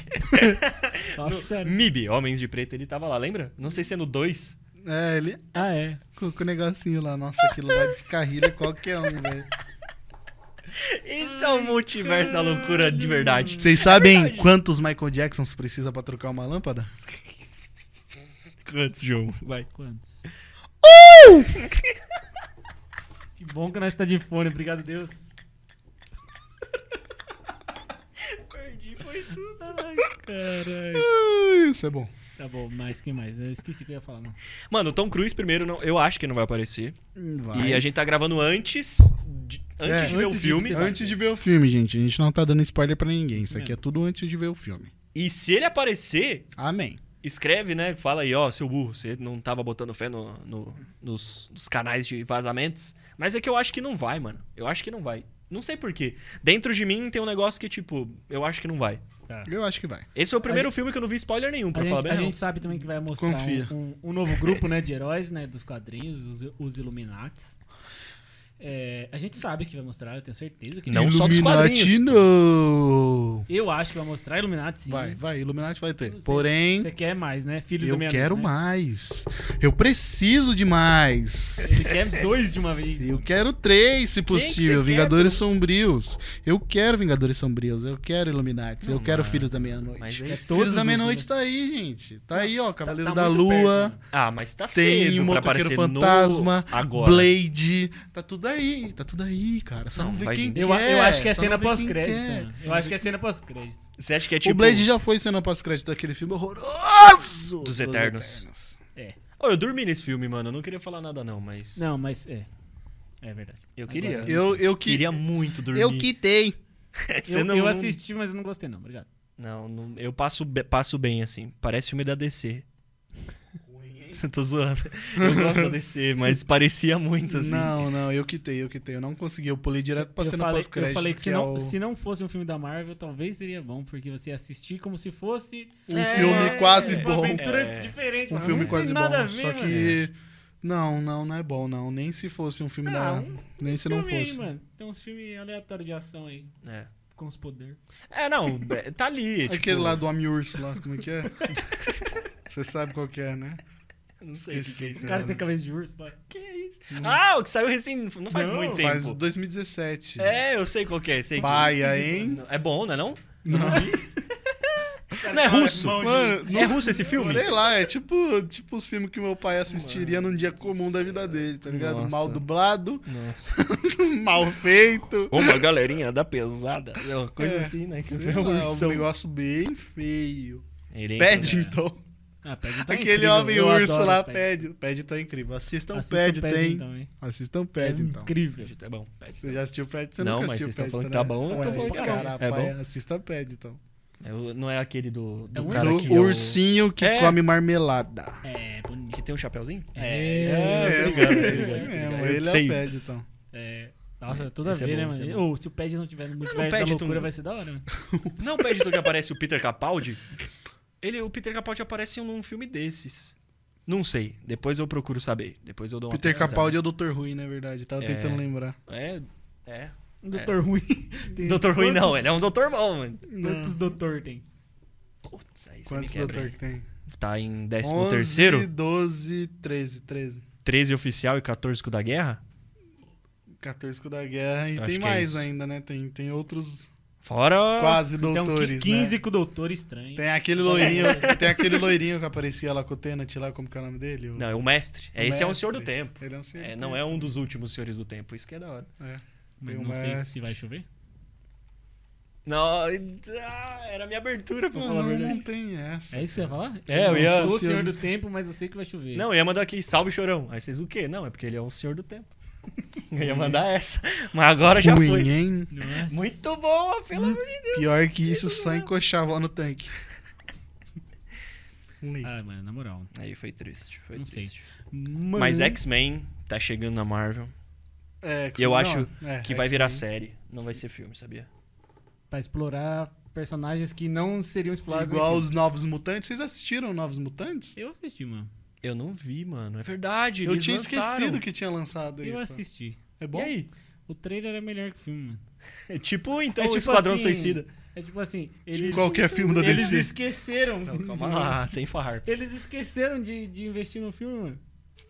A: Nossa,
B: Mib, Homens de Preto, ele tava lá, lembra? Não sei se é no 2.
C: É, ele
A: ah, é.
C: com, com o negocinho lá. Nossa, aquilo lá descarrilha qualquer um, velho.
B: Esse é o multiverso da loucura de verdade.
C: Vocês sabem quantos Michael Jacksons precisa pra trocar uma lâmpada?
B: Quantos, João? Vai.
A: Quantos? Um! que bom que nós tá de fone, obrigado a Deus.
B: Perdi, foi tudo.
A: Ai, caralho.
C: Ah, Isso é bom.
A: Tá bom, mas que mais? Eu esqueci o que eu ia falar, não.
B: Mano, o Tom Cruise, primeiro, não, eu acho que não vai aparecer.
C: Hum, Vai.
B: E a gente tá gravando antes. de- antes
C: É,
B: de ver o
A: antes de
B: filme.
A: ser-
C: Antes de ver o filme, gente. A gente não tá dando spoiler pra ninguém. Isso aqui é tudo antes de ver o filme.
B: E se ele aparecer,
C: Amém.
B: escreve, né? Fala aí, ó, seu burro, você não tava botando fé no, no- nos, nos canais de vazamentos. Mas é que eu acho que não vai, mano. Eu acho que não vai. Não sei porquê. Dentro de mim tem um negócio que, tipo, eu acho que não vai.
C: Eu acho que vai.
B: Esse é o primeiro filme que eu não vi spoiler nenhum, pra
A: a gente,
B: falar bem
A: a
B: a real.
A: gente sabe também que vai mostrar
C: Confia.
A: um, um- um novo grupo né, de heróis né, dos quadrinhos, os, os Illuminates. É, a gente sabe que vai mostrar, eu tenho certeza que
B: Não só dos
C: Illuminati,
B: quadrinhos.
C: não.
A: Eu acho que vai mostrar Illuminati sim.
C: Vai, vai, Illuminati vai ter.
A: Não sei se
C: Porém,
A: Você quer mais, né? Filhos
C: eu
A: do meia-noite,
C: quero
A: né?
C: mais. Eu preciso de mais.
A: Você quer dois de uma vez. Tá,
C: Eu quero três, se
B: que
C: possível.
B: você quer,
C: Vingadores Sombrios. Eu Eu quero Vingadores Sombrios. Eu quero Illuminati. Eu quero Filhos da
B: mas
C: Meia-Noite.
B: é isso.
C: Filhos
A: todos
C: da
A: os
C: Meia-Noite tá aí, gente. Tá aí, ó. Cavaleiro
A: tá
C: da
A: muito
C: Lua.
A: perto, né?
B: Ah, mas tá
C: tem
B: cedo
C: o
B: pra
C: Motoqueiro
B: aparecer
C: Fantasma,
B: no... agora.
C: Blade, tá tudo aí, tá tudo aí, cara. Só não,
B: Não,
C: vê
B: vai
C: quem
B: vir.
A: Eu,
C: quer.
A: eu acho que é
C: só não
A: cena
C: vê quem
A: pós-crédito.
C: quer.
A: né? Eu acho que é cena pós-crédito.
B: Você acha que é tipo...
C: O Blade já foi cena pós-crédito daquele filme horroroso
B: Dos Eternos.
A: É.
B: Ô, eu dormi nesse filme, mano. Eu não queria falar nada, não, mas...
A: Não, mas é. É verdade.
B: Eu queria.
A: Agora-
C: Eu, eu que
B: Queria muito dormir.
C: eu quitei.
B: Você
A: eu,
B: não-
A: eu assisti, mas eu não gostei, não. Obrigado.
B: Não, não- eu passo, be- passo bem, assim. Parece filme da DC. Tô zoando. Eu gosto da DC, mas parecia muito, assim.
C: Não, não, eu quitei, eu quitei. Eu não consegui, eu pulei direto pra
A: eu,
C: cena
A: falei,
C: pós-crédito.
A: eu falei que, se,
C: é
A: não,
C: o-
A: se não fosse um filme da Marvel, talvez seria bom, porque você ia assistir como se fosse
C: um
B: É,
C: filme quase
A: uma
C: bom.
A: aventura
B: É.
A: diferente.
C: Um
A: mano.
C: filme
A: não
C: quase
A: tem
C: bom.
A: nada a ver,
C: só
A: mano.
C: que. Não, não, não é bom, não. Nem se fosse um filme
A: Ah,
C: da.
A: um
C: Nem se
A: Filme
C: não fosse.
A: Aí, mano. Tem uns filmes aleatórios de ação aí,
B: É.
A: com os poderes.
B: É, não, é, tá ali. tipo,
C: Aquele lá do Homem Urso lá, como é que é? Você sabe qual que é, né?
B: Não sei o que que é isso.
A: O cara tem cabeça de urso, pá. Que é isso?
B: Ah, o que saiu recém. Não faz
A: Não,
B: muito tempo.
C: Faz 2017.
B: É, eu sei qual que é. Sei que-
C: Baia, hein?
B: É bom, não é não?
A: Um
C: Não.
B: Não é russo?
C: Mano,
B: É russo esse filme?
C: sei lá, é tipo, tipo os filmes que meu pai assistiria num dia comum da vida dele, tá ligado?
B: Nossa.
C: Mal dublado,
B: Nossa.
C: mal feito.
B: Uma galerinha da pesada. É uma coisa
C: É.
B: assim, né? Que
C: Sei
B: é
C: lá,
B: um
C: é um negócio bem feio. então.
B: Ele entra-
C: Paddington.
A: Ah, Paddington é
C: Aquele
A: incrível,
C: homem
A: eu
C: urso
A: adoro
C: lá,
A: Paddington.
C: Paddington. Paddington é incrível. Assistam então.
A: Assistam
C: Paddington, hein?
A: Paddington, hein?
C: Assistam
A: É
C: Paddington.
A: incrível.
B: É bom. Paddington.
C: Você já assistiu Paddington? Você
B: Não,
C: nunca
B: mas
C: assistiu
B: vocês tão
C: Paddington,
B: falando que tá bom, eu
C: né?
B: tô
C: Ué,
B: falando que tá
C: cara,
B: bom. É
C: pai,
B: bom?
C: Assista então. Paddington.
B: É o- não é aquele do, do
A: É um
B: cara
A: urso.
C: Do
B: que é o-
C: ursinho que
B: É.
C: come marmelada.
A: É, bonito.
B: que tem um chapéuzinho?
A: É,
B: É,
A: sim.
B: tô ligado, tô
C: esse
B: ligado, tô
C: mesmo,
B: ligado. Eu
C: Ele é
B: sei.
C: o Paddington.
A: tá É. Nossa, tudo a
B: Esse é
A: ver, né,
B: bom,
A: mano?
B: esse é bom.
A: Ou se o Paddington não tiver no multiverso da
B: Paddington-
A: loucura, vai ser da hora, mano.
B: Não, o Paddington que aparece o Peter Capaldi. Ele, o Peter Capaldi aparece num filme desses. Não sei. Depois eu procuro saber. Depois eu dou uma
C: Peter
B: pesquisada.
C: Capaldi é o Dr. Ruim, na verdade. Tava
B: É.
C: tentando lembrar.
B: É. É.
A: Um doutor ruim. Tem
B: Doutor Ruim não,
A: quantos-
B: é. Ah. ele é um doutor bom, mano.
A: Quantos doutor tem?
B: Putz, aí você me
C: Quantos
B: quebra.
C: doutor
B: hein?
C: que tem?
B: Tá em 13 terceiro,
C: 12, 13, 13.
B: 13 oficial e 14 com o da guerra?
C: 14 com o da guerra. E
B: Acho
C: tem
B: que é
C: mais
B: isso.
C: ainda, né? Tem, tem outros
B: Fora...
C: quase
A: Então,
C: doutores,
A: 15
C: né?
A: com o doutor estranho.
C: Tem aquele loirinho, tem aquele loirinho que aparecia lá com o Tenet lá, como que é o nome dele? O-
B: Não, é o mestre. É,
C: o
B: esse é o
C: mestre.
B: senhor do tempo.
C: Ele é um senhor
B: É,
C: do
B: não
C: tempo.
B: é um dos últimos senhores do tempo, isso que é da hora.
A: Mas
C: tem
A: não
C: uma-
A: sei se vai chover.
B: Não, ah, era a minha abertura pra falar a
C: Não, não,
B: verdade.
C: tem essa.
A: É isso que você ia falar?
B: É, eu ia-
A: não sou o
C: se
A: senhor
C: eu-
A: do tempo, mas eu sei que vai chover.
B: Não, é eu ia mandar aqui, salve chorão. Aí vocês o quê? Não, é porque ele é o senhor do tempo. Eu ia mandar essa. Mas agora já
C: Ruim,
B: foi.
C: hein?
A: Não é?
B: Muito boa, pelo amor de Deus.
C: Pior que isso,
B: Sei
C: só
B: lá.
C: encoxava lá no tanque. Ruim.
A: Ah, mano, na moral.
B: Hum. Aí foi triste, foi
A: Não sei.
B: triste.
A: Mano,
B: Mas X-Men tá chegando na Marvel,
C: É,
B: Eu
C: não,
B: acho
C: é,
B: que vai virar
C: X-Men.
B: série. Não vai ser filme, sabia?
A: Pra explorar personagens que não seriam explorados. no
C: Igual
A: filme.
C: os Novos Mutantes. Vocês assistiram Novos Mutantes?
A: Eu assisti, mano.
B: Eu não vi, mano. É verdade.
C: Eu
B: eles
C: tinha
B: lançaram.
C: esquecido que tinha lançado
A: Eu
C: isso.
A: assisti.
C: É bom?
B: E aí?
A: O trailer é melhor que o filme, mano.
B: É tipo, então,
A: É tipo
B: o Esquadrão
A: assim,
B: Suicida.
A: É tipo assim,
C: Tipo
A: eles,
C: qualquer filme da
A: eles
C: DC.
A: esqueceram.
B: Não, calma lá, Ah, sem farrar.
A: Eles esqueceram de, de investir no filme, mano.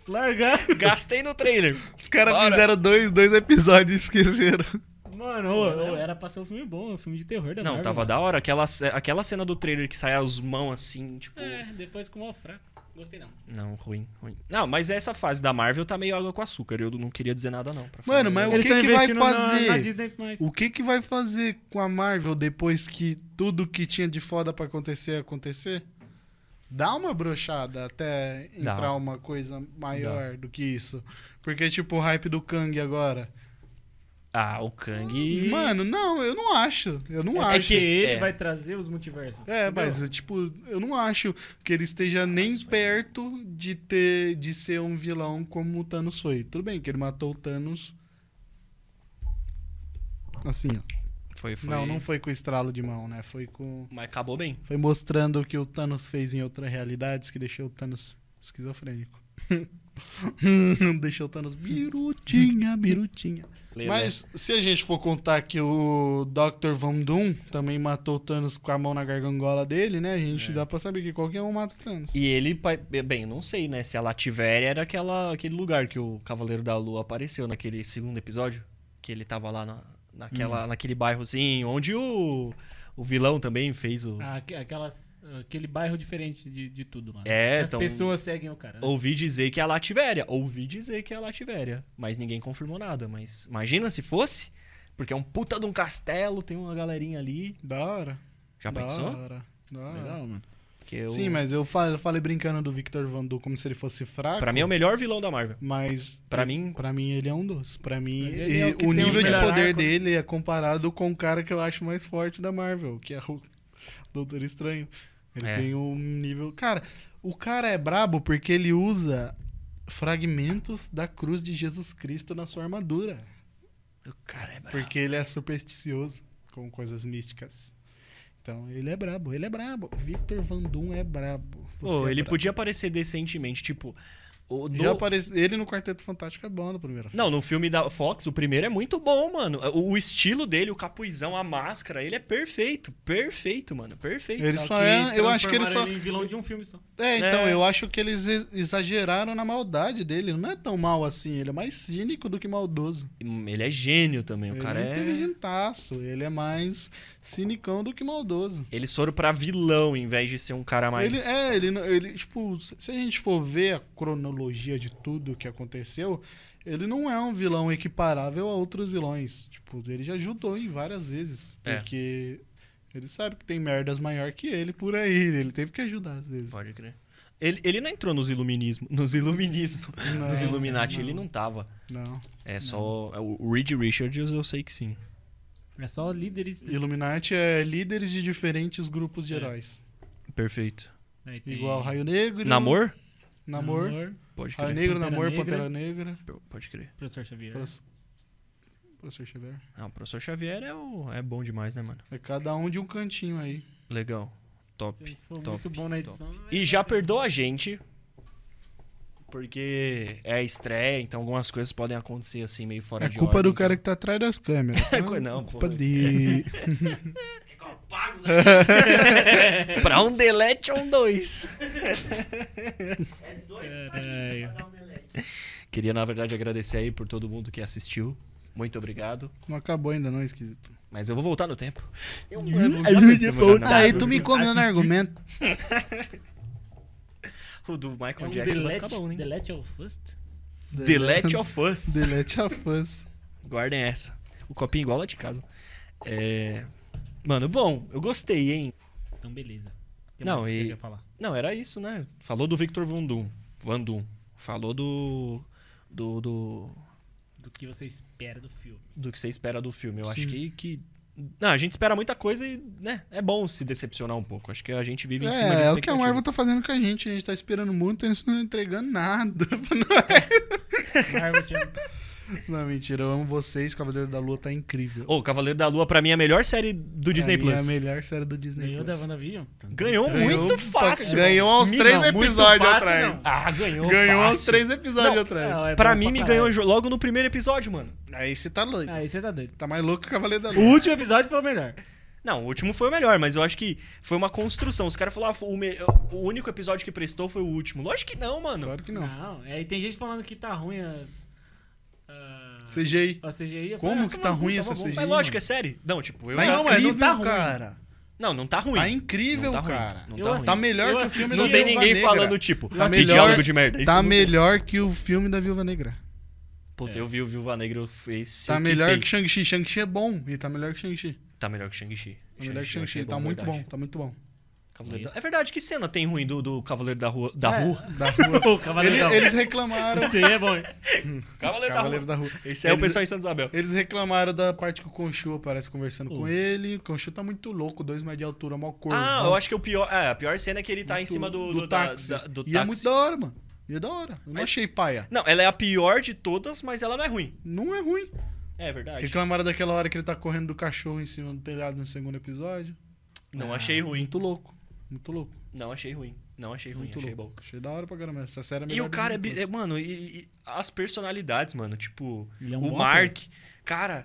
A: Largaram.
B: Gastei no trailer.
C: Os caras
B: Bora.
C: fizeram dois, dois episódios e esqueceram.
A: Mano, ô, ô, era pra ser um filme bom, um filme de terror da
B: Não,
A: Marvel,
B: tava
A: mano.
B: da hora. Aquela, ce- aquela cena do trailer que sai as mãos assim, tipo.
A: É, depois com o fraco. Gostei não.
B: Não, ruim, ruim. Não, mas essa fase da Marvel tá meio água com açúcar. Eu não queria dizer nada, não. pra falar
C: Mano,
B: a
C: mas
B: verdade.
C: o
A: Eles
C: que
A: tão
C: que vai
A: investindo na-
C: fazer?
A: Na, Disney Plus.
C: O que que vai fazer com a Marvel depois que tudo que tinha de foda pra acontecer, acontecer? Dá uma brochada até
B: Dá.
C: entrar uma coisa maior do que isso. Porque, tipo, o hype do Kang agora.
B: Ah, o Kang.
C: Mano, não, eu não acho. Eu não
A: é
C: acho.
A: que ele
B: é.
A: vai trazer os multiversos.
C: É,
A: entendeu?
C: mas, tipo, eu não acho que ele esteja nem perto de ter de ser um vilão como o Thanos foi. Tudo bem que ele matou o Thanos. Assim, ó.
B: Foi, foi.
C: Não, não foi com estralo de mão, né? Foi com.
B: Mas acabou bem.
C: Foi mostrando o que o Thanos fez em outras realidades que deixou o Thanos esquizofrênico. Deixa o Thanos. Birutinha, birutinha.
B: Lelé.
C: Mas se a gente for contar que o Dr. Von Doom também matou o Thanos com a mão na gargangola dele, né? A gente
B: É.
C: dá pra saber que qualquer um mata o Thanos.
B: E ele, pa- bem, não sei, né? Se a Lativéria era aquela, aquele lugar que o Cavaleiro da Lua apareceu naquele segundo episódio. Que ele tava lá na,
C: Hum.
B: naquela, naquele bairrozinho, onde o, o vilão também fez o.
A: Ah, Aque- aquelas- aquele bairro diferente de, de tudo lá.
B: É,
A: As
B: então-
A: pessoas seguem o cara. né?
B: Ouvi dizer que é a Lativéria. Ouvi dizer que é a Lativéria. Mas ninguém confirmou nada. Mas imagina se fosse. Porque é um puta de um castelo, tem uma galerinha ali.
C: Da hora.
B: Já
C: da
B: pensou?
C: Hora. Da hora.
A: É Legal, mano.
B: Que eu-
C: Sim, mas eu fa- eu falei brincando do Victor Van Doom como se ele fosse fraco.
B: Pra mim é o melhor vilão da Marvel.
C: Mas
B: Pra mim-
C: para mim ele é um dos. Pra mim,
A: Mas ele é
C: e-
A: o que
C: o,
A: tem
C: nível
A: os
C: de
A: melhor
C: poder
A: arco.
C: dele é comparado com o cara que eu acho mais forte da Marvel, que é o Doutor Estranho. Ele
B: É.
C: tem um nível, cara, o cara é brabo porque ele usa fragmentos da cruz de Jesus Cristo na sua armadura,
B: O cara é brabo.
C: porque ele é supersticioso com coisas místicas. Então, ele é brabo, ele é brabo. Victor Van Doom é brabo. Você
B: Pô,
C: é
B: ele
C: brabo.
B: podia aparecer decentemente, tipo. O,
C: Já
B: no-
C: aparece... Ele no Quarteto Fantástico é bom na primeira
B: Não, no filme da Fox, o primeiro é muito bom, mano. O, o estilo dele, o capuzão, a máscara, ele é perfeito. Perfeito, mano. Perfeito. então,
C: Ele só é. Eu acho que ele só.
A: transformaram em vilão de um filme só.
C: É, então,
B: É.
C: eu acho que eles ex- exageraram na maldade dele. Ele Não é tão mal assim. Ele é mais cínico do que maldoso.
B: Ele é gênio também. O
C: ele
B: cara
C: é
B: é.
C: inteligentaço. Ele é mais cinicão do que maldoso.
B: Eles foram pra vilão em vez de ser um cara mais.
C: Ele, é, ele, não- ele, tipo, se se a gente for ver a cronologia de tudo que aconteceu, ele não é um vilão equiparável a outros vilões. Tipo, ele já ajudou em várias vezes.
B: É.
C: Porque ele sabe que tem merdas maior que ele por aí. Ele teve que ajudar às vezes.
B: Pode crer. Ele, ele não entrou nos iluminismo. Nos iluminismo.
C: Não,
B: nos Illuminati,
C: não.
B: ele Ah, é, não tava.
C: Não.
B: É só. é O o Reed Richards eu sei que sim.
A: É só líderes.
C: Illuminati é líderes de diferentes grupos de
A: É.
C: heróis.
B: Perfeito.
A: Aí tem
C: Igual Raio Negro.
B: Namor?
C: Namor.
B: Pode
C: Raio
B: crer.
C: Negro,
A: Pantera
C: Namor,
A: Negra.
C: Pantera Negra. É.
B: Pode crer.
A: Professor Xavier.
C: Prof- Professor Xavier.
B: Ah, o professor Xavier é, o- é bom demais, né, mano?
C: É cada um de um cantinho aí.
B: Legal. Top.
A: Foi
B: Top,
A: muito bom na edição. né?
B: E já perdoa a gente. Porque é a estreia, então algumas coisas podem acontecer assim meio fora
C: É
B: de então.
C: culpa
B: ordem,
C: do cara que tá atrás das câmeras. tá?
B: Co- não,
C: culpa
B: pô.
C: de.
B: então. Pra um delete ou um dois.
A: É, Caralho.
B: Queria, na verdade, agradecer aí por todo mundo que assistiu. Muito obrigado.
C: Não acabou ainda, não, esquisito.
B: Mas eu vou voltar no tempo. Hum, É Eu
C: Hum? É Tá, Aí tu me comeu no argumento.
B: O do
A: É um
B: Michael Jackson vai
A: delete,
B: ficar bom, hein?
A: delete ao first?
B: Delete of Us.
C: Delete a fãs.
B: Guardem essa. O copinho igual lá de casa. É... Mano, bom, eu gostei, hein?
A: Então beleza. O que
B: Não,
A: mais você
B: e-
A: quer falar?
B: Não, era isso, né? Falou do Victor Van Doom. Van Doom. Falou do... Do, do,
A: Do que você espera do filme.
B: do que você espera do filme. Eu acho
C: Sim.
B: que, que... Não, a gente espera muita coisa e, né? É bom se decepcionar um pouco. Acho que a gente vive em cima de
C: É, é o que a
B: expectativa.
C: Marvel tá fazendo com a gente. A gente tá esperando muito, eles não entregando nada.
A: Marvel tinha-
C: Não, mentira, eu amo vocês. Cavaleiro da Lua tá incrível.
B: Ô, Cavaleiro da Lua, pra mim, é a melhor série do Disney
C: Pra mim,
B: Plus.
C: É a melhor série do Disney
A: ganhou da
C: Plus.
A: WandaVision.
B: Ganhou,
C: Ganhou um
B: muito
C: pra-
B: fácil.
C: ganhou aos
B: Me-
C: três
B: não, muito
C: episódios
B: fácil,
C: atrás.
B: não. Ah, ganhou
C: Ganhou
B: fácil.
C: uns três episódios
B: Não,
C: atrás.
A: não, é-
B: Pra
A: bom
B: mim,
A: pra
B: me
A: caralho.
B: ganhou jo- logo no primeiro episódio, mano.
C: Aí você tá doido.
A: Aí você tá doido.
C: Tá mais louco que o Cavaleiro da
A: O
C: Lua.
A: último episódio foi o melhor.
B: Não, o último foi o melhor, mas eu acho que foi uma construção. Os caras falaram, ah, o, me- o único episódio que prestou foi o último. Lógico que não, mano.
C: Claro que não.
A: Não, é, e tem gente falando que tá ruim as. ah,
C: CGI.
A: a CGI. eu
C: Como
A: falei, ah,
C: que
A: toma
C: tá
A: no cu,
C: ruim
A: tava
C: essa
A: bom.
C: CGI?
B: Mas lógico, é série. Não, tipo, eu.
C: Tá
A: não,
B: assisti-
A: é
C: incrível,
A: não tá ruim.
C: cara.
B: Não, não tá ruim.
C: Tá
B: não
C: incrível,
B: tá ruim.
C: cara.
B: Não
A: Eu
B: tá ruim.
C: Tá
A: assisti-
C: melhor
A: eu
C: que o filme
A: assisti-
B: Não
C: da
B: tem
C: Viúva
B: ninguém
C: Negra.
B: falando, tipo,
C: Tá
B: que
C: melhor-
B: diálogo de merda. é Isso
C: Tá
B: não-
C: melhor que o filme da Viúva Negra.
B: Puta, eu vi o Viúva Negra, eu fiz.
C: tá
B: o
C: melhor
B: tem.
C: que Shang-Chi. Shang-Chi é bom. E tá melhor que Shang-Chi.
B: Tá melhor que Shang-Chi.
C: Tá melhor que
B: eu achei
C: Shang-Chi. Tá muito
B: verdade.
C: bom. Tá muito bom.
B: Cavaleiro da- É verdade, que cena tem ruim do, do Cavaleiro da Rua? Da
C: É,
B: Rua?
C: Da rua.
A: O Cavaleiro da
C: Ele-
A: Lua.
C: eles reclamaram.
A: Sim, é bom. hein?
B: Cavaleiro,
C: Cavaleiro da Rua.
B: Esse aí é o
C: Eles-
B: pessoal em Santa Isabel.
C: Eles reclamaram da parte que o Conchu aparece conversando
A: Oh.
C: com ele. O Conchu tá muito louco, dois metros de altura, mal corvo.
B: Hum. Ah, eu acho que o pior, é, a pior cena é que ele tá em cima do, do- da-
C: táxi.
B: da- do
C: e é
B: táxi.
C: muito da hora, mano. E é da hora. Eu não
B: Mas-
C: achei paia.
B: Não, ela é a pior de todas, mas ela não é ruim.
C: Não é ruim.
B: É verdade.
C: Reclamaram daquela hora que ele tá correndo do cachorro em cima do telhado no segundo episódio.
B: Não achei ruim.
C: Muito louco. Muito louco.
B: Não achei ruim. Não, achei ruim,
A: Muito
B: achei bom.
C: Achei da hora pra caramba. Essa série é
B: E
C: melhor
B: o cara é,
C: do que
B: bi- é, mano, e, e as personalidades, mano, tipo,
A: Ele é um
B: o
A: bom
B: Mark, cara,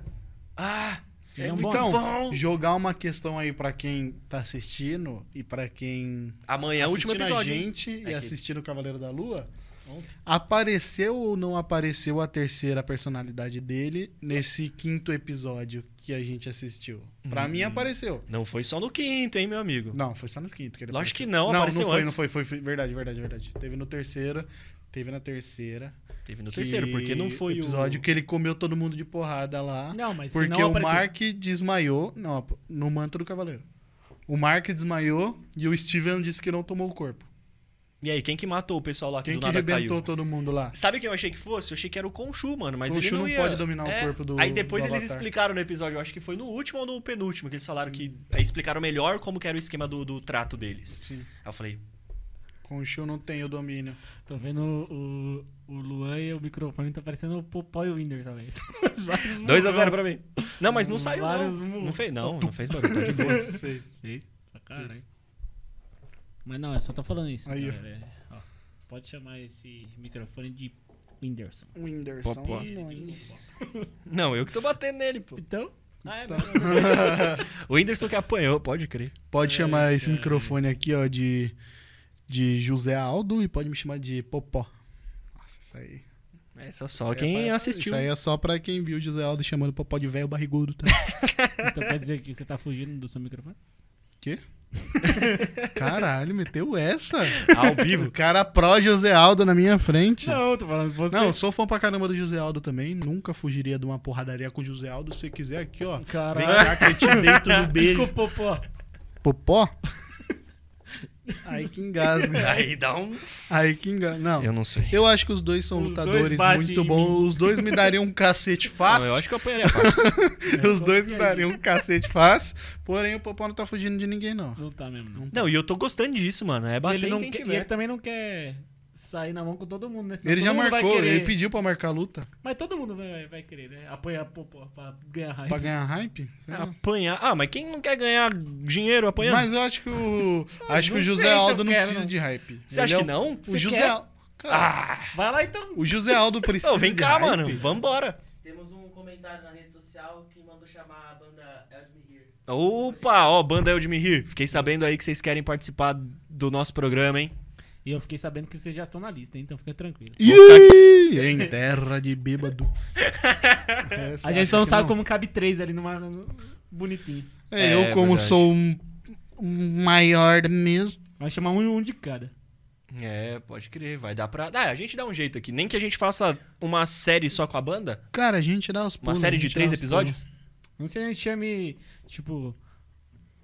B: ah,
A: Ele
B: é,
A: é um
B: muito
C: então,
B: bom.
C: jogar uma questão aí pra quem tá assistindo e pra quem
B: Amanhã é o último
C: assistindo
B: episódio.
C: a
B: hein?
C: gente e
B: Aqui.
C: assistindo o Cavaleiro da Lua.
A: Ontem.
C: Apareceu ou não apareceu a terceira personalidade dele nesse quinto episódio que a gente assistiu? Pra mim
B: Hum.
C: apareceu.
B: Não foi só no quinto, hein, meu amigo.
C: Não, foi só no quinto que ele
B: Lógico
C: apareceu.
B: que não, apareceu
C: não foi,
B: antes.
C: Não foi, foi, foi, verdade, verdade, verdade. Teve no terceiro, teve na terceira.
B: Teve no
C: que-
B: terceiro, porque não foi o
C: episódio que ele comeu todo mundo de porrada lá.
A: Não, mas se
C: Porque
A: não
C: o
A: apareceu-
C: Mark desmaiou não, no manto do cavaleiro. O Mark desmaiou e o Steven disse que não tomou o corpo.
B: E aí, quem que matou o pessoal lá que do
C: Quem que
B: nada
C: arrebentou
B: caiu?
C: todo mundo lá?
B: Sabe quem eu achei que fosse? Eu achei que era o Conchu, mano, mas
C: Khonshu
B: ele não,
C: não
B: ia... É.
C: pode dominar o corpo do-
B: Aí depois
C: do
B: eles
C: Avatar.
B: explicaram no episódio, eu acho que foi no último ou no penúltimo, que eles falaram que aí explicaram melhor como que era o esquema do, do trato deles.
C: Sim.
B: Aí eu falei,
C: Com o Shu não tem o domínio.
A: Tô vendo o, o, o Luan e o microfone tá parecendo o Popeye Winders, talvez.
B: 2x0 pra mim. Não, mas não saiu,
A: Vários
B: não.
A: mu-
B: Não fez, não. Não fez barulho, tá de boa.
C: Fez, fez.
A: Fez? Pra caralho. Mas não, é só tô falando isso.
C: Aí, ó.
A: galera. É, ó, pode chamar esse microfone de Whindersson.
C: Whindersson.
B: Popó.
C: Nunes.
B: Não, eu que tô batendo nele, pô.
A: Então,
B: Ah, é mesmo. o Whindersson que apanhou, pode crer.
C: Pode
A: É,
C: chamar esse
A: cara.
C: microfone aqui, ó, de, de José Aldo e pode me chamar de Popó. Nossa, isso aí.
B: Essa só quem
C: é pra-
B: assistiu.
C: Isso aí é só pra quem viu o José Aldo chamando Popó de velho barrigudo, tá?
A: então quer dizer que você tá fugindo do seu microfone?
C: Quê? Caralho, meteu essa.
B: Ao vivo.
C: O cara pró José Aldo na minha frente. Não,
A: Não, tô falando você.
C: eu sou fã pra caramba do José Aldo também. Nunca fugiria de uma porradaria com o José Aldo. Se você quiser aqui, ó. Vem
A: Caralho.
C: cá que eu te deito no beijo.
A: Desculpa, Popó.
C: Popó? Aí que engasga.
B: Aí dá um.
C: Aí que engasga. Não.
B: Eu não sei.
C: Eu acho que os dois são
A: Os dois
C: lutadores
A: batem
C: muito
A: em
C: bons. Os dois me dariam um cacete fácil.
B: Não, eu acho que eu apanharia fácil.
C: Os dois me dariam um cacete fácil. Porém, o Popó não tá fugindo de ninguém, não.
A: Não tá mesmo, não.
B: Não, e eu tô gostando disso, mano. É bater
A: ele,
B: em
A: não
B: quem
A: quer-
B: tiver.
A: ele também não quer sair na mão com todo mundo, né? Senão
C: Ele
A: todo
C: já
A: mundo vai
C: marcou,
A: querer-
C: ele pediu pra marcar a luta.
A: Mas todo mundo vai, vai querer, né? Apoiar Popó pra ganhar raiva.
C: Pra ganhar hype? Sei lá.
B: Apanhar. Ah, mas quem não quer ganhar dinheiro apanhando?
C: Mas eu acho que o.
A: Ah,
C: acho que
A: não
C: o José
A: sei se eu
C: Aldo não
A: quero,
C: precisa
A: não.
C: de hype.
B: Você
C: Ele
B: acha
C: é
B: que
C: o-
B: não?
C: O
A: Você
C: José.
A: quer?
C: Al- Cara,
B: Ah!
A: Vai lá então.
C: o José Aldo precisa.
B: Ô, vem
C: de
B: cá,
C: hype.
B: mano. Vambora.
D: Temos um comentário na rede social que mandou chamar a banda Eldmir.
B: Opa, ó, banda Eldmir. Fiquei sabendo aí que vocês querem participar do nosso programa, hein?
A: E eu fiquei sabendo que vocês já estão na lista, hein? então fica tranquilo.
C: Ih, em terra de bêbado. É, você
A: A gente
C: acha
A: só não
C: que
A: sabe como cabe três ali numa. no- Bonitinho.
C: É,
B: É,
C: eu, como
B: verdade.
C: sou um, um maior mesmo.
A: Vai chamar um, um de cada.
B: É, pode crer, vai dar pra. Ah, a gente dá um jeito aqui. Nem que a gente faça uma série só com a banda.
C: Cara, a gente dá os
B: Uma
C: pulos.
B: série
C: a
B: de
C: gente dá
B: três
C: os
B: episódios.
C: pulos.
A: Não sei se a gente chame, tipo.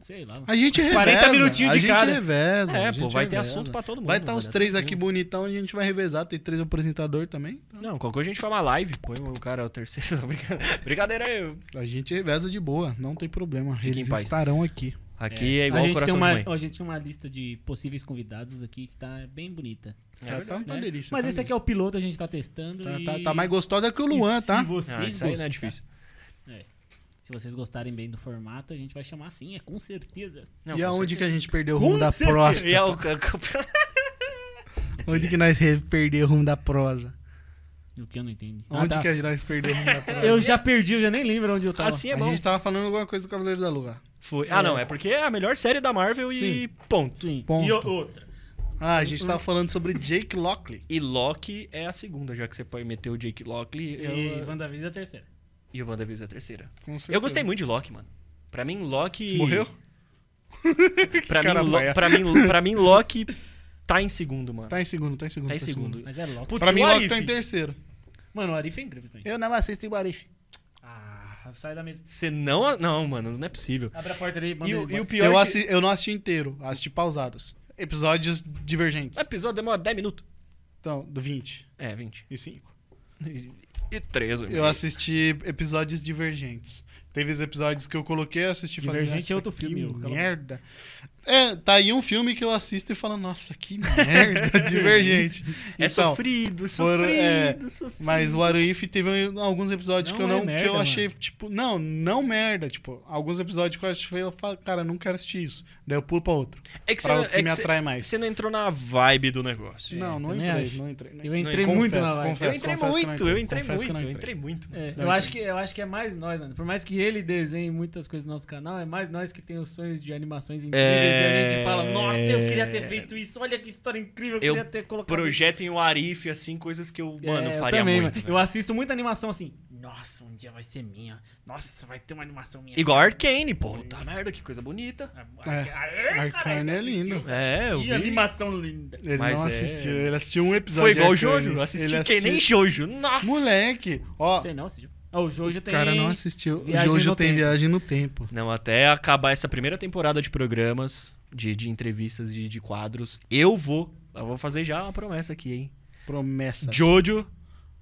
A: Sei lá.
C: A gente reveza.
A: 40 minutinhos
C: a
A: de
C: gente
A: cada.
C: reveza. a
B: É,
C: gente
B: pô, vai ter
C: reveza.
B: assunto pra né, todo mundo.
C: Vai estar os
B: dar
C: três aqui
B: tranquilo.
C: bonitão e a gente vai revezar. Tem três apresentadores também.
B: Não, qualquer coisa a gente faz uma live. Põe o cara o terceiro. Não, brincadeira. Brincadeira eu.
C: A gente reveza de boa, não tem problema.
B: Fique em
C: Eles
B: paz.
C: estarão aqui.
B: Aqui é,
A: a
B: igual o
A: gente
B: coração
A: tem uma,
B: de mãe.
A: A gente tem uma lista de possíveis convidados aqui que tá bem bonita.
B: É
C: Já tá
B: verdade.
C: uma
A: né?
C: delícia.
A: Mas
C: tá
A: esse aqui é o piloto, a gente tá testando.
C: Tá,
A: e-
C: tá- tá mais gostosa que o Luan,
A: e se
C: tá?
A: vocês
B: Ah, isso aí não
A: gostar-
B: é difícil.
A: Se vocês gostarem bem do formato, a gente vai chamar sim, é com certeza.
B: Não,
C: e
B: com
C: aonde que a gente perdeu o
A: Com
C: rumo da
A: certeza.
B: certeza.
C: prosa?
B: E é o campeonato.
C: Onde que nós re- perdeu o rumo da prosa?
A: O que eu não entendi. Ah,
C: Onde
A: tá.
C: que nós perdeu o rumo da prosa?
A: Eu já perdi, eu já nem lembro onde eu tava.
B: Assim é
C: a
B: bom.
C: gente tava falando alguma coisa do Cavaleiro da Lua.
B: Foi. Ah, não, é porque é a melhor série da Marvel e ponto.
A: Sim.
C: Ponto.
A: E o- outra.
C: Ah, a gente tava falando sobre Jake Lockley.
B: E Loki é a segunda, já que você pode meter o Jake Lockley
A: E
B: eu-
A: WandaVision é a terceira.
B: e o WandaVision é a terceira.
C: Com certeza.
B: Eu gostei muito de Loki, mano. Pra mim, Loki.
C: Morreu?
B: Pra mim,
C: cara
B: Lo...
C: paia.
B: pra, mim, pra mim, Loki tá em segundo, mano.
C: Tá em segundo, tá em segundo.
B: Tá em segundo.
A: Mas é Loki.
B: Putz,
C: Pra mim,
B: o
C: Locke
B: Arif.
C: tá em terceiro.
A: Mano, o Arif é incrível também.
C: Eu não assisto o Arif.
A: Ah, sai da mesa.
B: Você não. Não, mano, não é possível.
A: Abre a porta ali, manda
B: E
A: ele
B: o, e
A: embora.
B: o pior. é
C: Eu,
B: que-
C: assi... eu não assisti inteiro, assisti pausados. Episódios
B: O
C: divergentes.
B: episódio demora 10 minutos.
C: Então, do 20
B: É, 20.
C: e 5.
B: E 13.
C: Eu assisti episódios divergentes. Teve os episódios que eu coloquei, assisti e falei,
A: Divergente
C: "Nossa,
A: é outro
C: que
A: filme, eu-
C: merda. É, tá aí um filme que eu assisto e falo, nossa, que merda, Divergente.
B: É
C: Então,
B: sofrido,
C: foram-
B: sofrido,
C: é,
B: sofrido.
C: Mas o What If teve um- alguns episódios
A: Não
C: que eu
A: é
C: não que
A: merda,
C: eu achei tipo, não, não merda, tipo, alguns episódios que eu achei, eu falo, cara, não quero assistir isso. Daí eu pulo pra outro,
B: É que você
C: pra
B: não-
C: outro que
B: é
C: me
B: que você-
C: atrai mais.
B: você não entrou na vibe do negócio.
C: não, não
A: também
C: entrei,
A: acho.
C: não entrei, não
A: Eu
C: entrei.
A: entrei
C: Confesso,
A: muito na vibe.
C: confesso.
B: Eu entrei
C: confesso que não
B: muito, eu entrei
C: Confesso que
B: muito,
C: não
B: eu
C: entrei.
B: entrei muito.
A: É,
C: Não,
A: eu, acho que,
C: então.
A: eu acho que é mais nós, mano. Por mais que ele desenhe muitas coisas no nosso canal, é mais nós que tem os sonhos de animações incríveis. E a gente fala, nossa, eu queria ter feito isso. Olha que história incrível, eu
B: Eu
A: queria ter colocado.
B: Projetem o Arif, assim, coisas que eu,
A: isso."
B: mano,
A: É, eu
B: faria
A: também,
B: muito.
A: mano.
B: velho.
A: Eu assisto muita animação assim. Nossa, um dia vai ser minha. Nossa, vai ter uma animação minha. Ah,
B: Igual Arcane, pô. Tá merda, que coisa bonita.
C: É, Arcane é lindo.
B: É, eu
A: Que
B: vi.
A: animação linda.
C: Ele
B: Mas
C: não
B: é-
C: assistiu, ele assistiu um episódio.
B: Foi igual o
C: de Arcane.
B: Jojo, eu assisti
C: Ele
B: que nem Jojo. Nossa!
C: Moleque, ó,
A: Sei não, Cid. Ó, o Jojo
C: o
A: tem.
C: cara não assistiu. O
A: Viagem
C: Jojo
A: no
C: tem
A: Tempo.
C: viagem no tempo.
B: Não, até acabar essa primeira temporada de programas, de, de entrevistas, de, de quadros, eu vou. Eu vou fazer já uma promessa aqui, hein?
C: Promessa.
B: Jojo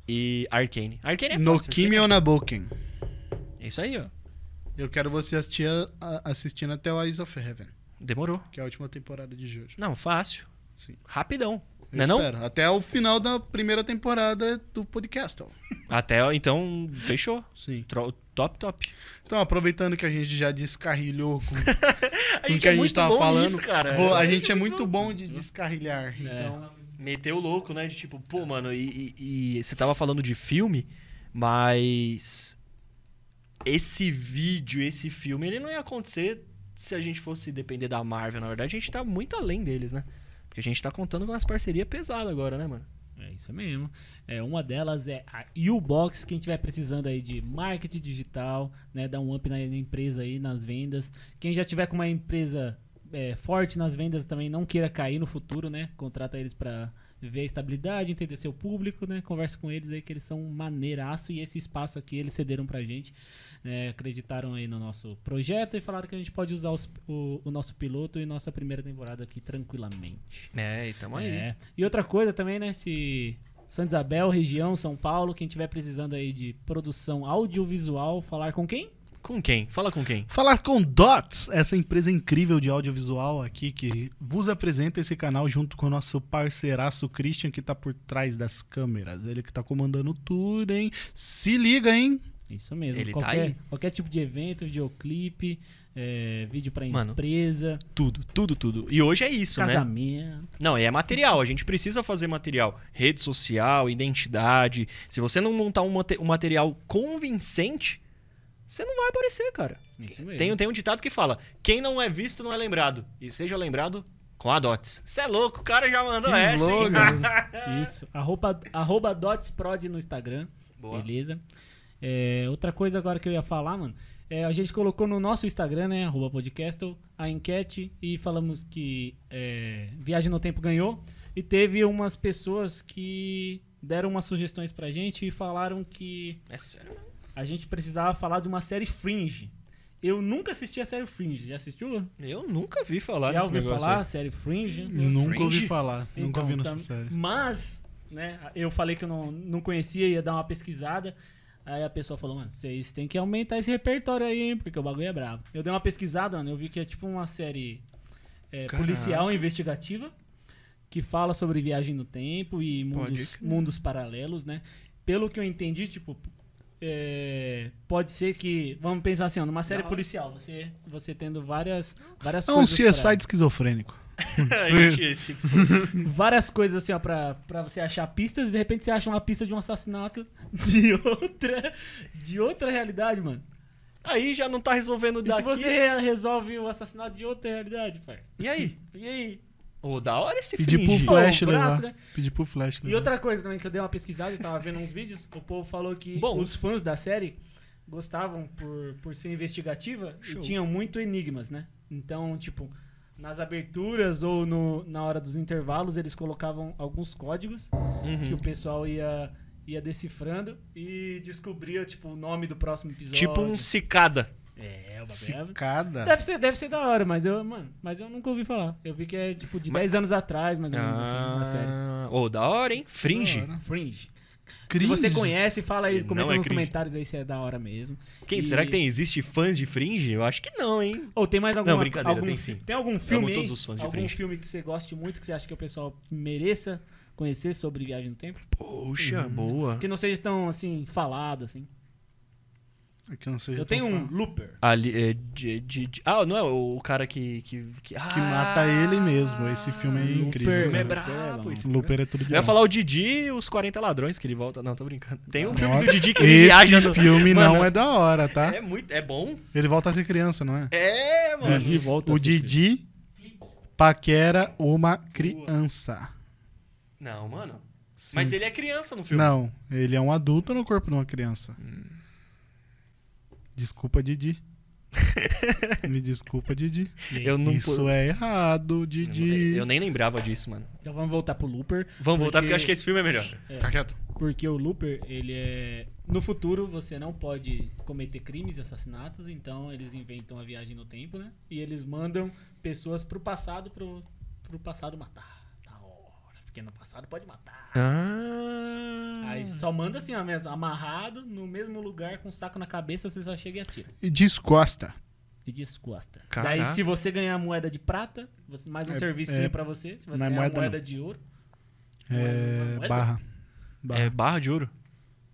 B: e Arcane. Arcane é
C: No
B: fácil.
C: Kimi ou na Boken?
B: É isso aí, ó.
C: Eu quero você assistir a- assistindo até o Eyes of Heaven,
B: Demorou.
C: que é a última temporada de Jojo.
B: Não, fácil.
C: Sim.
B: Rapidão.
C: Eu
B: Não é não?
C: espero. Até o final da primeira temporada do podcast. ó.
B: Até, ó, então, fechou.
C: Sim.
B: Tro- Top, top.
C: Então, aproveitando que a gente já descarrilhou com, com
B: A é
C: o que a gente tava falando,
B: nisso, cara. É.
C: vou- a gente é muito bom de descarrilhar. Então,
B: Meteu o louco, né? De tipo, pô, mano, e, e- e você tava falando de filme, mas esse vídeo, esse filme, ele não ia acontecer se a gente fosse depender da Marvel. Na verdade, a gente tá muito além deles, né? Porque a gente tá contando com umas parcerias pesadas agora, né, mano?
A: É isso mesmo. É, uma delas é a Ubox, quem tiver precisando aí de marketing digital, né, dar um up na, na empresa aí, nas vendas. Quem já tiver com uma empresa é, forte nas vendas também não queira cair no futuro, né? Contrata eles pra ver a estabilidade, entender seu público, né? Conversa com eles aí que eles são um maneiraço e esse espaço aqui eles cederam pra gente, né? Acreditaram aí no nosso projeto e falaram que a gente pode usar os- o, o nosso piloto e nossa primeira temporada aqui tranquilamente.
B: É, e tamo aí.
A: É. E outra coisa também, né? Se Santa Isabel, região, São Paulo, quem tiver precisando aí de produção audiovisual, falar com quem?
B: Com quem? Fala com quem?
C: Falar com Dots, essa empresa incrível de audiovisual aqui que vos apresenta esse canal junto com o nosso parceiraço Christian, que tá por trás das câmeras. Ele que tá comandando tudo, hein? Se liga, hein?
A: Isso mesmo.
B: Ele tá
A: qualquer,
B: aí.
A: qualquer tipo de evento, videoclipe, é, vídeo pra
B: Mano,
A: empresa,
B: Tudo, tudo, tudo. E hoje é isso, né?
A: casamento.
B: Não, é material. A gente precisa fazer material. Rede social, identidade. Se você não montar um, mate- um material convincente, você não vai aparecer, cara.
A: Isso mesmo.
B: Tem, tem um ditado que fala: quem não é visto não é lembrado. E seja lembrado com a Dots. Você é louco, o cara já mandou
C: Que
B: essa. hein?
C: slogan.
A: Isso. Arroba, arroba dotsprod no Instagram.
B: Boa.
A: Beleza. É, outra coisa agora que eu ia falar, mano. é, a gente colocou no nosso Instagram, né? Arroba podcast, a enquete e falamos que é, Viagem no Tempo ganhou. E teve umas pessoas que deram umas sugestões pra gente e falaram que
B: É sério?
A: a gente precisava falar de uma série Fringe. Eu nunca assisti a série Fringe. Já assistiu?
B: Eu nunca vi falar
A: Já
B: desse
A: ouviu
B: negócio.
A: falar a
B: aí.
A: série Fringe?
C: Nunca ouvi
B: Fringe? tá-
C: falar, nunca
A: Então,
C: ouvi nessa
A: tam-
C: série.
A: Mas, né, eu falei que eu não, não conhecia, ia dar uma pesquisada. Aí a pessoa falou, mano, vocês têm que aumentar esse repertório aí, hein, porque o bagulho é brabo. Eu dei uma pesquisada, mano, eu vi que é tipo uma série é,
B: Caraca.
A: policial investigativa que fala sobre viagem no tempo e
B: Pode
A: mundos,
B: crer.
A: mundos paralelos, né? Pelo que eu entendi, tipo, é, pode ser que, vamos pensar assim, ó, numa série policial, você, você tendo várias, várias
C: É um
A: coisas pra-
C: CSI esquizofrênico.
B: Gente, esse-
A: várias coisas assim, ó, pra, pra você achar pistas, e de repente você acha uma pista de um assassinato de outra, de outra realidade, mano.
B: Aí já não tá resolvendo
A: E se
B: daqui.
A: você re- resolve o assassinato de outra realidade, parça?
B: E aí?
A: E aí?
B: Ô, da hora esse
C: Pedir pro
B: fringe.
A: Pô,
C: Flash
A: o braço,
C: levar.
A: né?
C: Pedir pro Flash
A: E
C: levar.
A: outra coisa também que eu dei uma pesquisada, eu tava vendo uns vídeos, o povo falou que
B: Bom.
A: os fãs da série gostavam por, por ser investigativa
B: Show.
A: e tinham muito enigmas, né? Então, tipo, nas aberturas ou no, na hora dos intervalos, eles colocavam alguns códigos
B: Uhum.
A: que o pessoal ia, ia decifrando e descobria, tipo, o nome do próximo episódio.
B: Tipo um cicada.
A: É, o bagulho. é-
C: Cicada.
A: Deve ser, deve ser da hora, mas eu, mano, mas eu nunca ouvi falar. Eu vi que é, tipo, de
B: Mas-
A: 10 anos atrás, mais ou menos, assim, uma série.
B: Ah, Ô, da hora, hein? Fringe.
C: Da hora.
A: Fringe. Se você
C: Cringe.
A: conhece, fala aí,
B: Não
A: comenta
B: é
A: nos
B: cringe.
A: comentários aí se é da hora mesmo.
B: Quem,
A: E-
B: Será que tem, existe fãs de Fringe? Eu acho que não, hein?
A: Ou tem mais alguma...
B: Não, brincadeira,
A: algum
B: tem
A: fi-
B: sim.
A: Tem algum filme aí?
B: todos os fãs de
A: Algum
B: Fringe.
A: filme que você goste muito, que você acha que o pessoal mereça conhecer sobre Viagem no Tempo?
B: Poxa, boa.
A: Que não seja tão, assim, falado, assim.
C: Aqui É eu não sei,
A: Eu
C: já tô
A: tenho um
C: falando.
A: Looper.
B: Ali, é, de- de- de- ah, não é o cara que... Que, ah.
C: Que mata ele mesmo, esse filme é
B: Esse
C: incrível,
B: filme é
C: né?
A: Looper
B: brabo.
A: é
B: esse filme é-
C: Looper é tudo de
B: Eu ia
C: bom.
B: falar o Didi e os 40 ladrões que ele volta. Não, tô brincando. Tem um
C: Não,
B: filme do Didi que ele viaja
C: Esse
B: no...
C: filme não
B: Mano,
C: é da hora, tá?
B: É muito... É bom?
C: Ele volta a ser criança, não é?
B: É, mano.
A: Didi volta
C: O
A: a ser
C: Didi paquera uma criança.
B: Não, mano. Mas ele é criança no filme.
C: Não, ele é um adulto no corpo de uma criança. Desculpa, Didi. Me desculpa, Didi.
B: Eu não...
C: Isso é errado, Didi.
B: Eu nem lembrava disso, mano.
A: Então vamos voltar pro Looper.
B: Vamos voltar porque
A: Porque-
B: eu acho que esse filme é melhor.
C: Fica quieto.
A: Porque o Looper, ele é. No futuro, você não pode cometer crimes e assassinatos, então eles inventam a viagem no tempo, né? E eles mandam pessoas pro passado, pro, pro passado matar. Da hora. Porque no passado pode matar.
B: Ah.
A: Aí só manda assim, ó, mesmo, amarrado, no mesmo lugar, com um saco na cabeça, você só chega e atira.
C: E descosta.
A: E descosta.
B: Caraca.
A: Daí, se você ganhar moeda de prata, você- mais um
C: É-
A: servicinho
C: é-
A: pra você. Se você
C: não é
A: ganhar moeda,
C: moeda,
A: de ouro.
C: É,
A: Moeda?
C: barra. Barra.
B: É barra de ouro.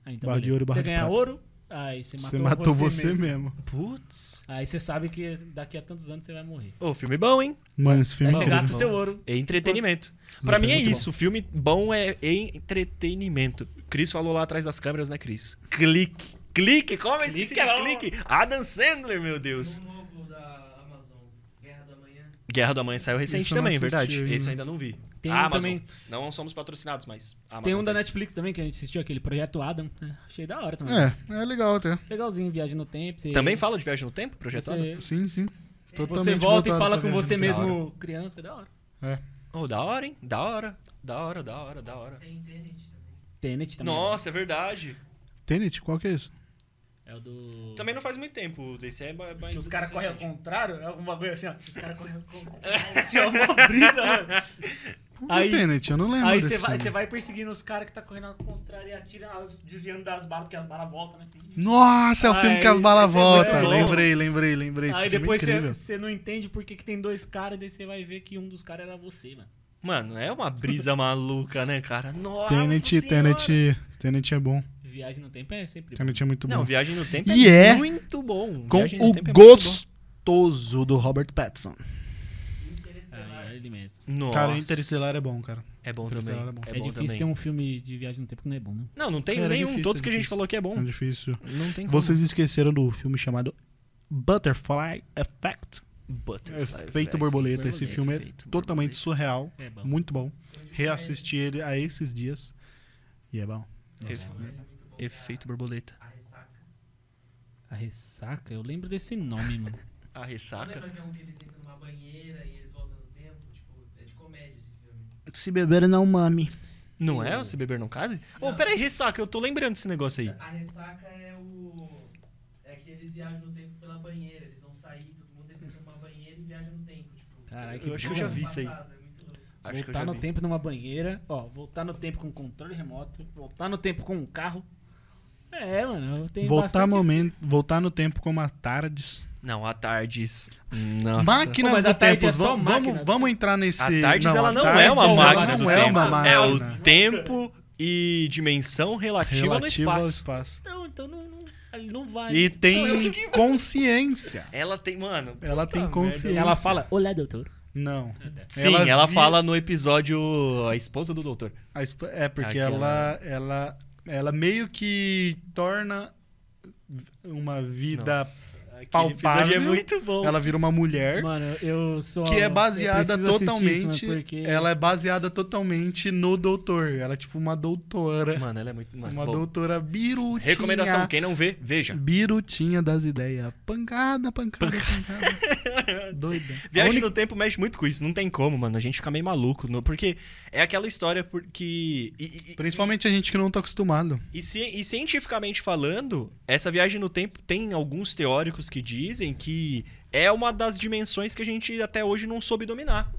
A: Ah, então
C: Barra de
A: beleza.
C: ouro e barra
A: você
C: de
A: ganhar
C: prata.
A: ouro, aí você matou,
C: Você matou você,
A: mesmo.
C: mesmo.
B: Putz.
A: Aí você sabe que daqui a tantos anos você vai morrer.
B: Ô, filme bom, hein?
C: Mano, esse
A: Aí
C: filme é
A: você
C: incrível.
A: gasta o seu ouro.
B: É entretenimento. Pra mim é
C: muito
B: isso. Filme bom é entretenimento. Cris falou lá atrás das câmeras, né, Cris? Clique. Clique, como eu esqueci
A: Clique é
B: de
A: bom.
B: clique? Adam Sandler, meu Deus.
D: O novo da Amazon, Guerra do Amanhã.
B: Guerra da Mãe saiu recente
C: Isso eu não
B: também,
C: assisti
B: verdade.
C: ainda.
B: Esse eu ainda não vi.
A: Tem um
B: Ah, Amazon.
A: também-
B: Não somos patrocinados, mas a Amazon
A: tem um da Netflix também que a gente assistiu, aquele Projeto Adam. né? Achei da hora também.
C: É, é legal até.
A: Legalzinho, viagem no tempo. Você,
B: Também fala de Viagem no Tempo, projetado?
A: você,
C: Sim, sim.
A: você
C: Totalmente
A: volta e
C: voltado
A: fala
C: pra
A: com você
C: viagem
B: Da
A: mesmo criança, é da hora.
C: no tempo.
B: Oh, da hora, hein? Da hora. Da hora, da hora, da hora.
D: Tem Tenet também.
A: Tenet também.
B: Nossa, é verdade.
C: É. Tenet, qual que é isso?
A: É o do...
B: Também não faz muito tempo. Esse é ba- ba-
A: Que os caras correm ao
B: recente.
A: contrário, é algum bagulho assim, ó. Os caras correm ao contrário. assim, ó, uma brisa, mano.
C: Qual
A: Aí-
C: é assim, Tenet, eu não lembro
A: Aí
C: desse
A: você vai,
C: filme.
A: você vai perseguindo os caras que tá correndo ao contrário e atira, desviando das balas, porque as balas voltam, né?
C: Nossa, é o filme que as
A: Aí,
C: balas
A: esse é muito
C: voltam.
A: bom.
C: Lembrei, lembrei, lembrei. Esse
A: Aí
C: filme é
A: depois você
C: incrível.
A: você não entende por que, que tem dois caras, daí você vai ver que um dos caras era você, mano.
B: Mano, é uma brisa maluca, né, cara? Nossa
C: Tenet,
B: senhora.
C: Tenet, Tenet é bom.
A: Viagem no tempo é sempre bom.
C: Tenet é muito
B: Não,
C: bom.
B: Viagem no Tempo
C: E
B: é,
C: é
B: muito bom.
C: Com
B: Viagem no
C: o
B: Tempo é muito
C: gostoso do Robert Pattinson.
A: Ah,
D: Interestelar.
A: é ele mesmo.
B: bom. Nossa.
C: Cara, Interestelar é bom, cara.
B: É bom também.
C: Interestelar
B: É,
C: é bom.
A: É,
B: bom
A: difícil
B: também.
A: ter um filme de viagem no tempo que não é bom, né?
B: Não, não tem
C: Cara, é
B: nenhum.
C: difícil,
B: todos
C: é
B: que a gente
C: difícil.
B: falou que é bom.
C: É difícil.
B: Não tem como.
C: Vocês esqueceram do filme chamado Butterfly Effect.
B: Butterfly
C: Efeito
B: Effect.
C: borboleta. Esse
B: Efeito
C: filme é
B: É, borboleta.
C: totalmente surreal.
A: É bom.
C: Muito bom. Reassisti ele a esses dias. E é bom.
B: Esse- é Efeito borboleta.
D: A ressaca.
A: A ressaca, eu lembro desse nome, mano.
B: A
D: Não
B: ressaca?
D: lembra que é um que eles entram numa banheira e eles voltam no tempo? Tipo, é de comédia esse filme.
C: Se beber não mame.
B: Não é? Se beber não case? Ô, peraí, ressaca. Eu tô lembrando desse negócio aí.
D: A ressaca é o. É que eles viajam no tempo pela banheira. Eles vão sair, todo mundo entra numa banheira e viaja no tempo. Tipo,
A: Caralho, que
B: Eu acho que eu já
A: bom.
B: vi isso aí.
D: Passado, é muito louco.
B: Acho que eu
A: voltar
B: já
A: no
B: vi.
A: tempo numa banheira, ó, voltar no tempo com controle remoto, voltar no tempo com um carro. É, mano, eu tenho
C: Voltar,
A: bastante...
C: momento, voltar no tempo como a Tardes.
B: Não, a Tardes. Nossa.
C: Máquinas
A: Pô, mas a
C: do
A: Tardes
C: tempo.
A: é só
C: vamos,
A: máquina.
C: vamos, vamos entrar nesse.
B: A Tardes, ela
C: a
B: não
C: Tardes,
B: é uma
C: ela
B: máquina
C: não
B: do
C: é
B: tempo.
C: Uma máquina.
B: É o tempo e dimensão relativa,
C: relativo
B: no
C: ao
B: espaço.
C: espaço.
A: Não, então não, não, ele não vai.
C: E
B: Não, eu acho
C: tem consciência.
B: Ela tem, mano.
C: Ela
B: puta
C: tem consciência.
A: Ela fala, olá, doutor.
C: Não.
B: merda. Sim, ela,
C: vi-
B: fala no episódio A Esposa do Doutor.
C: a esp- É porque
B: Aquela-
C: ela, ela, ela meio que torna uma vida.
B: Nossa, aquele
C: palpável.
B: episódio é muito bom.
C: Ela vira uma mulher.
A: Mano, eu sou... um-
C: Que é
A: eu
C: baseada
A: preciso assistir isso,
C: totalmente.
A: mano, porque-
C: Ela é baseada totalmente no doutor. Ela é tipo uma doutora.
B: Mano, ela é muito. Mano,
C: uma
B: bom.
C: doutora birutinha.
B: Recomendação, quem não vê, veja.
C: Birutinha das ideias. Pancada, pancada, pancada. Doida.
B: Viagem no tempo mexe muito com isso, não tem como, mano. A gente fica meio maluco. no- porque é aquela história porque. e- e- e-
C: Principalmente a gente que não tá acostumado.
B: E, ci- e cientificamente falando, essa viagem no tempo tem alguns teóricos que dizem que é uma das dimensões que a gente até hoje não soube dominar.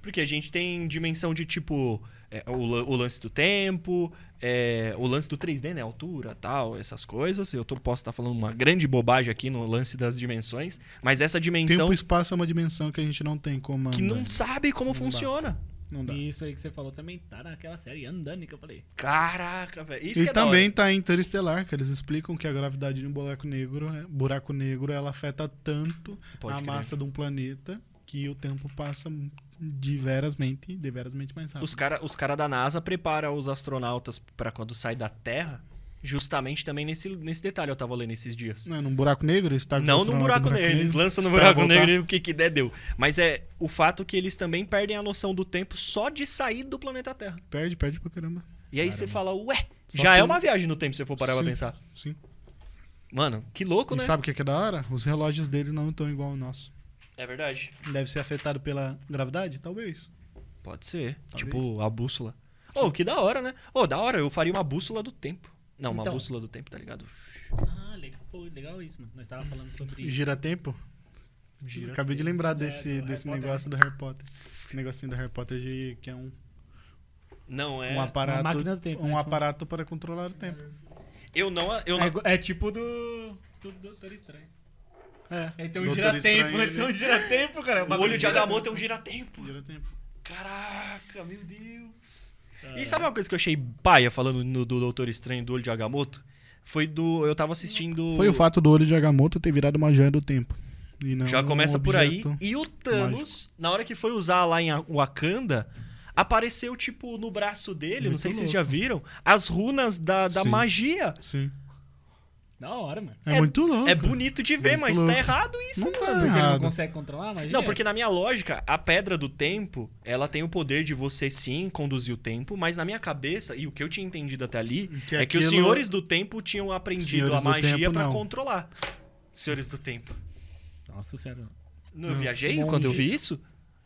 B: Porque a gente tem dimensão de tipo é, o, lan- o lance do tempo, é, o lance do 3D, né? Altura, tal, essas coisas. Eu tô, posso estar falando uma grande bobagem aqui no lance das dimensões, mas essa dimensão
C: Tempo e espaço é uma dimensão que a gente não tem como.
B: que
C: andar.
B: não sabe como
C: Não dá.
B: funciona.
C: Não dá.
A: E isso aí que você falou também tá naquela série Andani que eu falei.
B: Caraca, velho. Isso
C: E
B: que é da
C: também
B: hora.
C: tá em Interestelar, que eles explicam que a gravidade de um buraco negro, é- buraco negro ela afeta tanto
B: Pode
C: a
B: crer.
C: massa de um planeta que o tempo passa diversamente, diversamente mais rápido.
B: Os caras os cara da NASA preparam os astronautas pra quando sai da Terra, justamente também nesse, nesse detalhe eu tava lendo esses dias.
C: Não é num buraco negro? Eles tá com
B: Não
C: os
B: num
C: astronautas
B: buraco negro, eles lançam no
C: espera
B: buraco
C: voltar.
B: negro e o que, que der deu. Mas é o fato que eles também perdem a noção do tempo só de sair do planeta Terra.
C: Perde, perde pra caramba.
B: E aí você fala, ué,
C: Só
B: já é
C: tem-
B: uma viagem no tempo se você for parar pra
C: Sim,
B: pensar.
C: Sim.
B: Mano, que louco,
C: E
B: né?
C: sabe o que que é da hora? Os relógios deles não estão igual ao nosso.
B: É verdade.
C: Deve ser afetado pela gravidade? Talvez.
B: Pode ser.
C: Talvez.
B: Tipo, a bússola. Ô, que da hora, né? Ô, da hora, eu faria uma bússola do tempo. Não, uma
A: Então.
B: bússola do tempo, tá ligado?
A: Ah, legal, pô, legal isso, mano. Nós tava falando sobre
C: Gira tempo?
B: Gira É,
C: Acabei de lembrar desse,
A: do
C: desse
A: Harry Potter.
C: negócio do Harry Potter. Esse negocinho do Harry Potter de, que é um,
B: Não é.
C: um aparato.
A: máquina do tempo,
C: um
A: né?
C: aparato para controlar o tempo.
B: Eu não. Eu não...
A: É, igu- é tipo do do Doutor Estranho.
C: É.
A: É, Então
C: Doutor
A: gira tempo,
C: Estranho,
A: então gira tempo, cara.
B: O olho de
A: Adamu.
B: Agamotto é um giratempo.
C: Gira tempo.
B: Caraca, meu Deus. E sabe uma coisa que eu achei paia falando no- do Doutor Estranho do olho de Agamotto? Foi do. Eu tava assistindo.
C: Foi o fato do olho de Agamotto ter virado uma joia do tempo. E não
B: Já
C: um
B: começa por aí.
C: objeto.
B: E o Thanos, na hora que foi usar lá em A- Wakanda, apareceu, tipo, no braço dele, não
C: Muito
B: sei se vocês
C: louco.
B: já viram, as runas da, da
C: Sim.
B: magia.
C: Sim.
A: Da hora, mano.
C: É,
B: É-
C: muito louco.
B: É bonito de ver,
C: Muito
B: mas tá
C: louco.
B: errado isso.
C: Não tá
A: Porque ele não
C: errado.
A: consegue controlar, mas.
B: Não, porque na minha lógica, a pedra do tempo, ela tem o poder de você sim conduzir o tempo, mas na minha cabeça, e o que eu tinha entendido até ali,
C: Que
B: é que os
C: aquilo-
B: senhores do tempo tinham aprendido
C: Senhores
B: a
C: do
B: magia
C: Tempo,
B: pra
C: não.
B: controlar. Senhores do tempo.
A: é. Nossa senhora.
B: Não, eu
C: Não,
B: viajei
C: monge.
B: quando eu vi isso?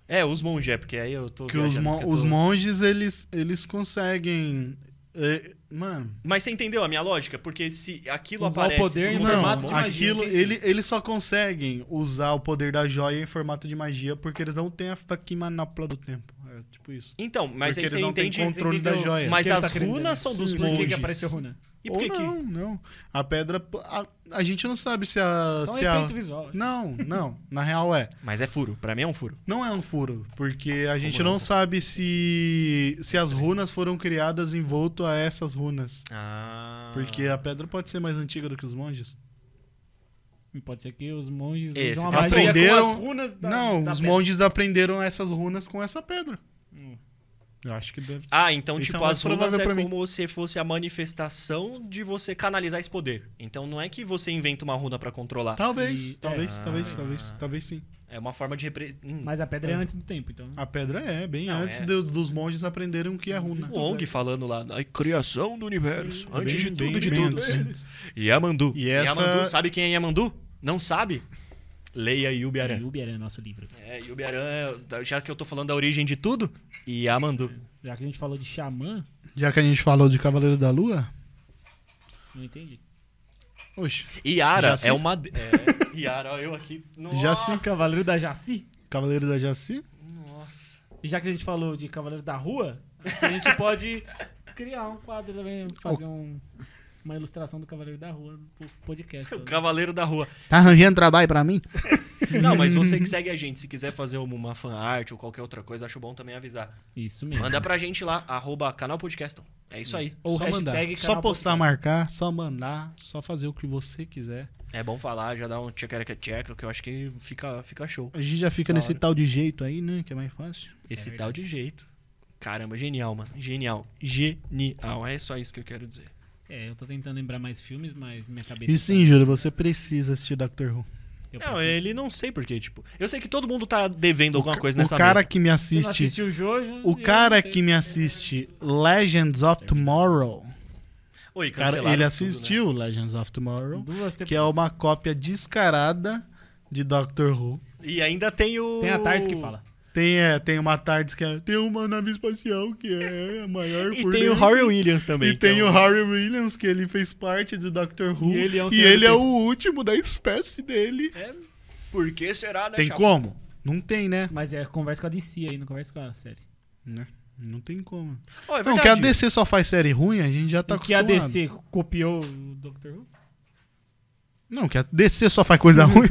B: É, os monges, é, porque aí eu tô.
C: Que os,
B: viajando,
C: mon-
A: é
B: porque eu
C: os
B: tô-
C: monges, eles, eles conseguem. é, mano.
B: Mas você entendeu a minha lógica? Porque se aquilo
A: Usar o
B: aparece
A: poder
B: no
A: em
C: Não,
B: formato
A: formato de magia,
C: aquilo,
A: entendi.
C: ele, eles só conseguem usar o poder da joia em formato de magia porque eles não têm a fucking manopla do tempo. É tipo isso.
B: Então, mas
C: porque
B: aí
C: eles
B: você
C: não têm
B: entende.
C: controle da
A: entendeu?
C: joia.
A: O
B: Mas
A: que ele
B: as
A: tá querendo dizer?
B: runas são dos
A: Sim, sim. Por que que
B: monges.
A: apareceu runa?
B: E por que
C: Ou
B: que-
C: não, não. A pedra. A, a gente não sabe se a.
A: Só um
C: Ah, se a-
A: efeito visual.
C: Não, não. Na real é.
B: Mas é furo, pra mim é um furo.
C: Não é um furo, porque a gente
B: não,
C: não,
B: pô?
C: sabe se, se as runas foram criadas em volto a essas runas.
B: Ah.
C: Porque a pedra pode ser mais antiga do que os monges.
A: E Pode ser que os monges
B: É,
A: usam
B: você
A: a
B: tá
A: magia
C: aprenderam-
A: com as runas da,
C: não,
A: da
C: os
A: pedra.
C: monges aprenderam essas runas com essa pedra.
A: Hum.
C: Eu acho que deve.
B: Ah, então,
C: Isso
B: tipo,
C: é mais
B: as runas
C: provável
B: é
C: pra mim.
B: como se fosse a manifestação de você canalizar esse poder. Então não é que você inventa uma runa pra controlar.
C: Talvez,
A: E-
C: talvez,
B: é.
C: talvez,
B: Ah.
C: talvez, talvez sim.
B: É uma forma de repre... Hum.
A: Mas a
C: Ah.
A: pedra é antes do tempo, então.
C: A pedra é, bem
B: Não,
C: antes
B: é.
C: Dos, dos monges aprenderam o que é runa.
B: O Ong falando lá, a criação do universo,
C: Bem-
B: antes de tudo,
C: bem-
B: de
C: bem
B: tudo.
C: antes.
B: Yamandu.
C: E essa-
B: Yamandu, sabe quem é Yamandu? Não sabe? Leia Yubi Aran.
A: Yubi era nosso livro.
B: É, Yubi Aran, é- já que eu tô falando da origem de tudo, Yamandu.
A: Já que a gente falou de xamã,
C: Já que a gente falou de Cavaleiro da Lua,
A: não entendi.
C: oxe,
B: Yara
C: Já se-
B: é uma. de- É, Yara, ó, eu aqui. Nossa.
C: Já se
A: Cavaleiro da Jaci?
C: Cavaleiro da Jaci,
B: Nossa.
A: E já que a gente falou de Cavaleiro da Rua, a gente pode criar um quadro também, fazer um- uma ilustração do Cavaleiro da Rua pro podcast.
B: O Cavaleiro da Rua.
C: tá arranjando trabalho pra mim?
B: Não, mas você que segue a gente, se quiser fazer uma fan art ou qualquer outra coisa, acho bom também avisar.
A: Isso mesmo.
B: Manda pra gente lá, arroba canal podcaston. É isso aí.
A: Ou
C: só
A: hashtag
C: mandar,
A: canal
C: só postar,
A: podcast.
C: marcar, só mandar, só fazer o que você quiser.
B: É bom falar, já dá um tchecareca tcheca, que eu acho que fica, fica show.
C: A gente já fica
B: Da
C: nesse
B: hora.
C: tal de jeito aí, né, que é mais fácil.
B: Esse tal de jeito. Caramba, genial, mano. Genial. Genial. É só isso que eu quero dizer.
A: É, eu tô tentando lembrar mais filmes, mas minha cabeça.
B: é
A: tá-
C: E sim, Júlio, você precisa assistir Doctor Who.
A: Eu
B: Não,
A: preciso.
B: ele não sei porquê, tipo. Eu sei que todo mundo tá devendo alguma coisa
C: O
B: nessa
C: cara
B: mesa.
C: que me
A: Você não
C: assiste,
A: assistiu o Jojo?
C: o
A: eu
C: cara
A: não sei.
C: que me assiste Legends of Tomorrow,
B: Oi,
C: cara,
B: cancelaram
C: ele
B: tudo, né?
C: assistiu Legends of Tomorrow,
A: Duas
C: que é uma cópia descarada de Doctor Who.
B: E ainda tem o.
A: Tem a tarde que fala.
C: Tem, é, tem uma tardes que é, tem uma nave espacial que é a maior
B: E
C: por
B: tem o
C: dentro.
B: Harry Williams também.
C: E tem
B: então.
C: o Harry Williams, que ele fez parte do Doctor Who.
A: E ele é um
C: e
A: senhor do
C: ele é
A: tempo.
C: o último da espécie dele.
B: É, Por que será, né?
C: Tem
B: chapa?
C: como? Não tem, né?
A: Mas é, conversa com a DC aí, não conversa com a série.
C: Né? Não tem como.
B: Ó, é
C: não, que a
B: verdade.
C: DC só faz série ruim, a gente já tá
A: Tá que a
C: acostumado.
A: DC copiou o Doctor Who?
C: Não, que a DC só faz coisa ruim.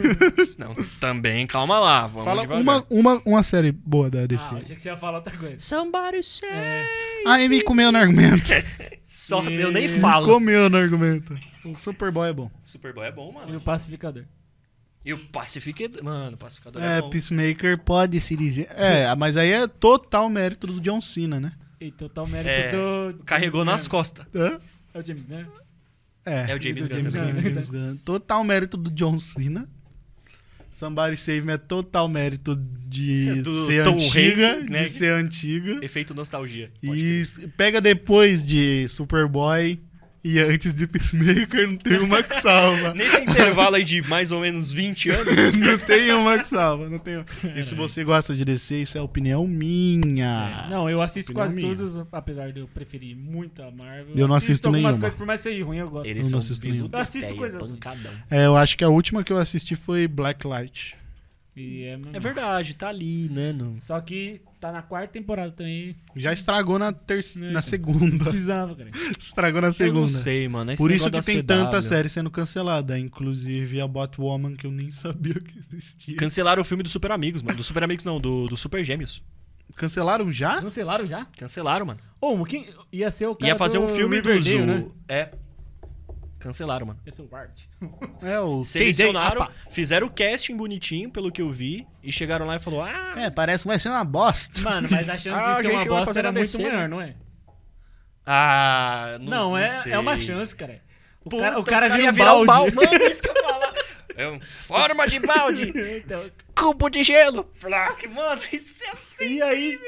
B: Não, também, calma lá. Vamos
C: Fala
B: devagar.
C: uma, uma, uma série boa da DC.
A: Ah, achei que você ia falar outra coisa.
B: Somebody say.
A: É,
C: Ah, ele me comeu no argumento.
B: É, Só, eu nem
A: E-
B: falo.
C: comeu no argumento. O Superboy é bom.
B: Superboy é bom,
A: e o
B: mano.
A: pacificador.
B: E o Pacificador. Mano, o Pacificador é,
C: É,
B: bom.
C: Peacemaker pode se dirigir. É, mas aí é total mérito do John Cena, né?
A: E total mérito
B: É,
A: do.
B: Carregou
A: James
B: nas
A: Gunn.
B: costas.
C: Hã?
A: É o James, né?
C: É,
B: É o James
C: do
B: Gunn também.
A: É verdade.
C: Gunn. Total mérito do John Cena. Somebody Save Me é total mérito de
B: É, do
C: ser
B: Tom
C: antiga.
B: Hanks,
C: de
B: né?
C: ser antiga.
B: Efeito nostalgia. pode
C: E s- pega depois de Superboy e antes de Peacemaker, não tem uma que salva.
B: crer. Nesse intervalo aí de mais ou menos 20 anos,
C: não tem uma que salva, não tem uma. E
B: É.
C: se você gosta de DC, isso é opinião minha.
A: É, Não, eu assisto
C: opinião
A: quase
C: minha.
A: todos, apesar de eu preferir muito a Marvel.
C: Eu não assisto
A: algumas
C: nenhuma.
A: coisas, por mais que seja ruim, eu gosto.
B: eles são
C: não
B: um
C: assisto nenhum.
B: biluta
A: Eu assisto
B: ideia,
A: coisas ruins.
B: pancadão.
C: É, eu acho que a última que eu assisti foi Blacklight.
A: E é, mano.
B: É verdade, tá ali, né? Não.
A: Só que tá na quarta temporada também.
C: Já estragou na, ter...
A: É,
C: na
A: então.
C: segunda.
A: Precisava, cara.
C: estragou na
B: Eu não
C: segunda.
B: sei, mano. esse
C: Por isso que
B: negócio
C: tem
B: da
C: tanta
B: CW.
C: série sendo cancelada, inclusive a Batwoman que eu nem sabia que existia.
B: Cancelaram o filme do Super Amigos, mano. Do Super Amigos não, do, do Super Gêmeos.
C: Cancelaram
A: Ah.
C: já?
A: Cancelaram já?
B: Cancelaram, mano.
A: Ô, mas quem ia ser o cara
B: Ia fazer
A: do
B: um filme do
A: Riverdale,
B: Zoo.
A: né?
B: É. Cancelaram, mano.
A: Ia ser o Bart.
C: É, o
B: Selecionaram,
C: KJ, apa.
B: fizeram o casting bonitinho, pelo que eu vi, e chegaram lá e falou: Ah,
C: É, parece que vai ser uma bosta.
A: Mano, mas a chance de
B: Ah, a
A: ser uma
B: gente vai
A: bosta
B: fazer
A: era
B: na
A: muito
B: DC, né?
A: maior, não é?
B: ah não,
A: Não, é,
B: sei.
A: é uma chance, cara. O
B: Puta,
A: cara, o cara vira
B: ia
A: um
B: virar
A: balde.
B: um balde. Mano, isso que eu ia falar. É um forma de balde,
A: Então,
B: cubo de gelo. Plaque, mano, isso é assim.
A: e aí,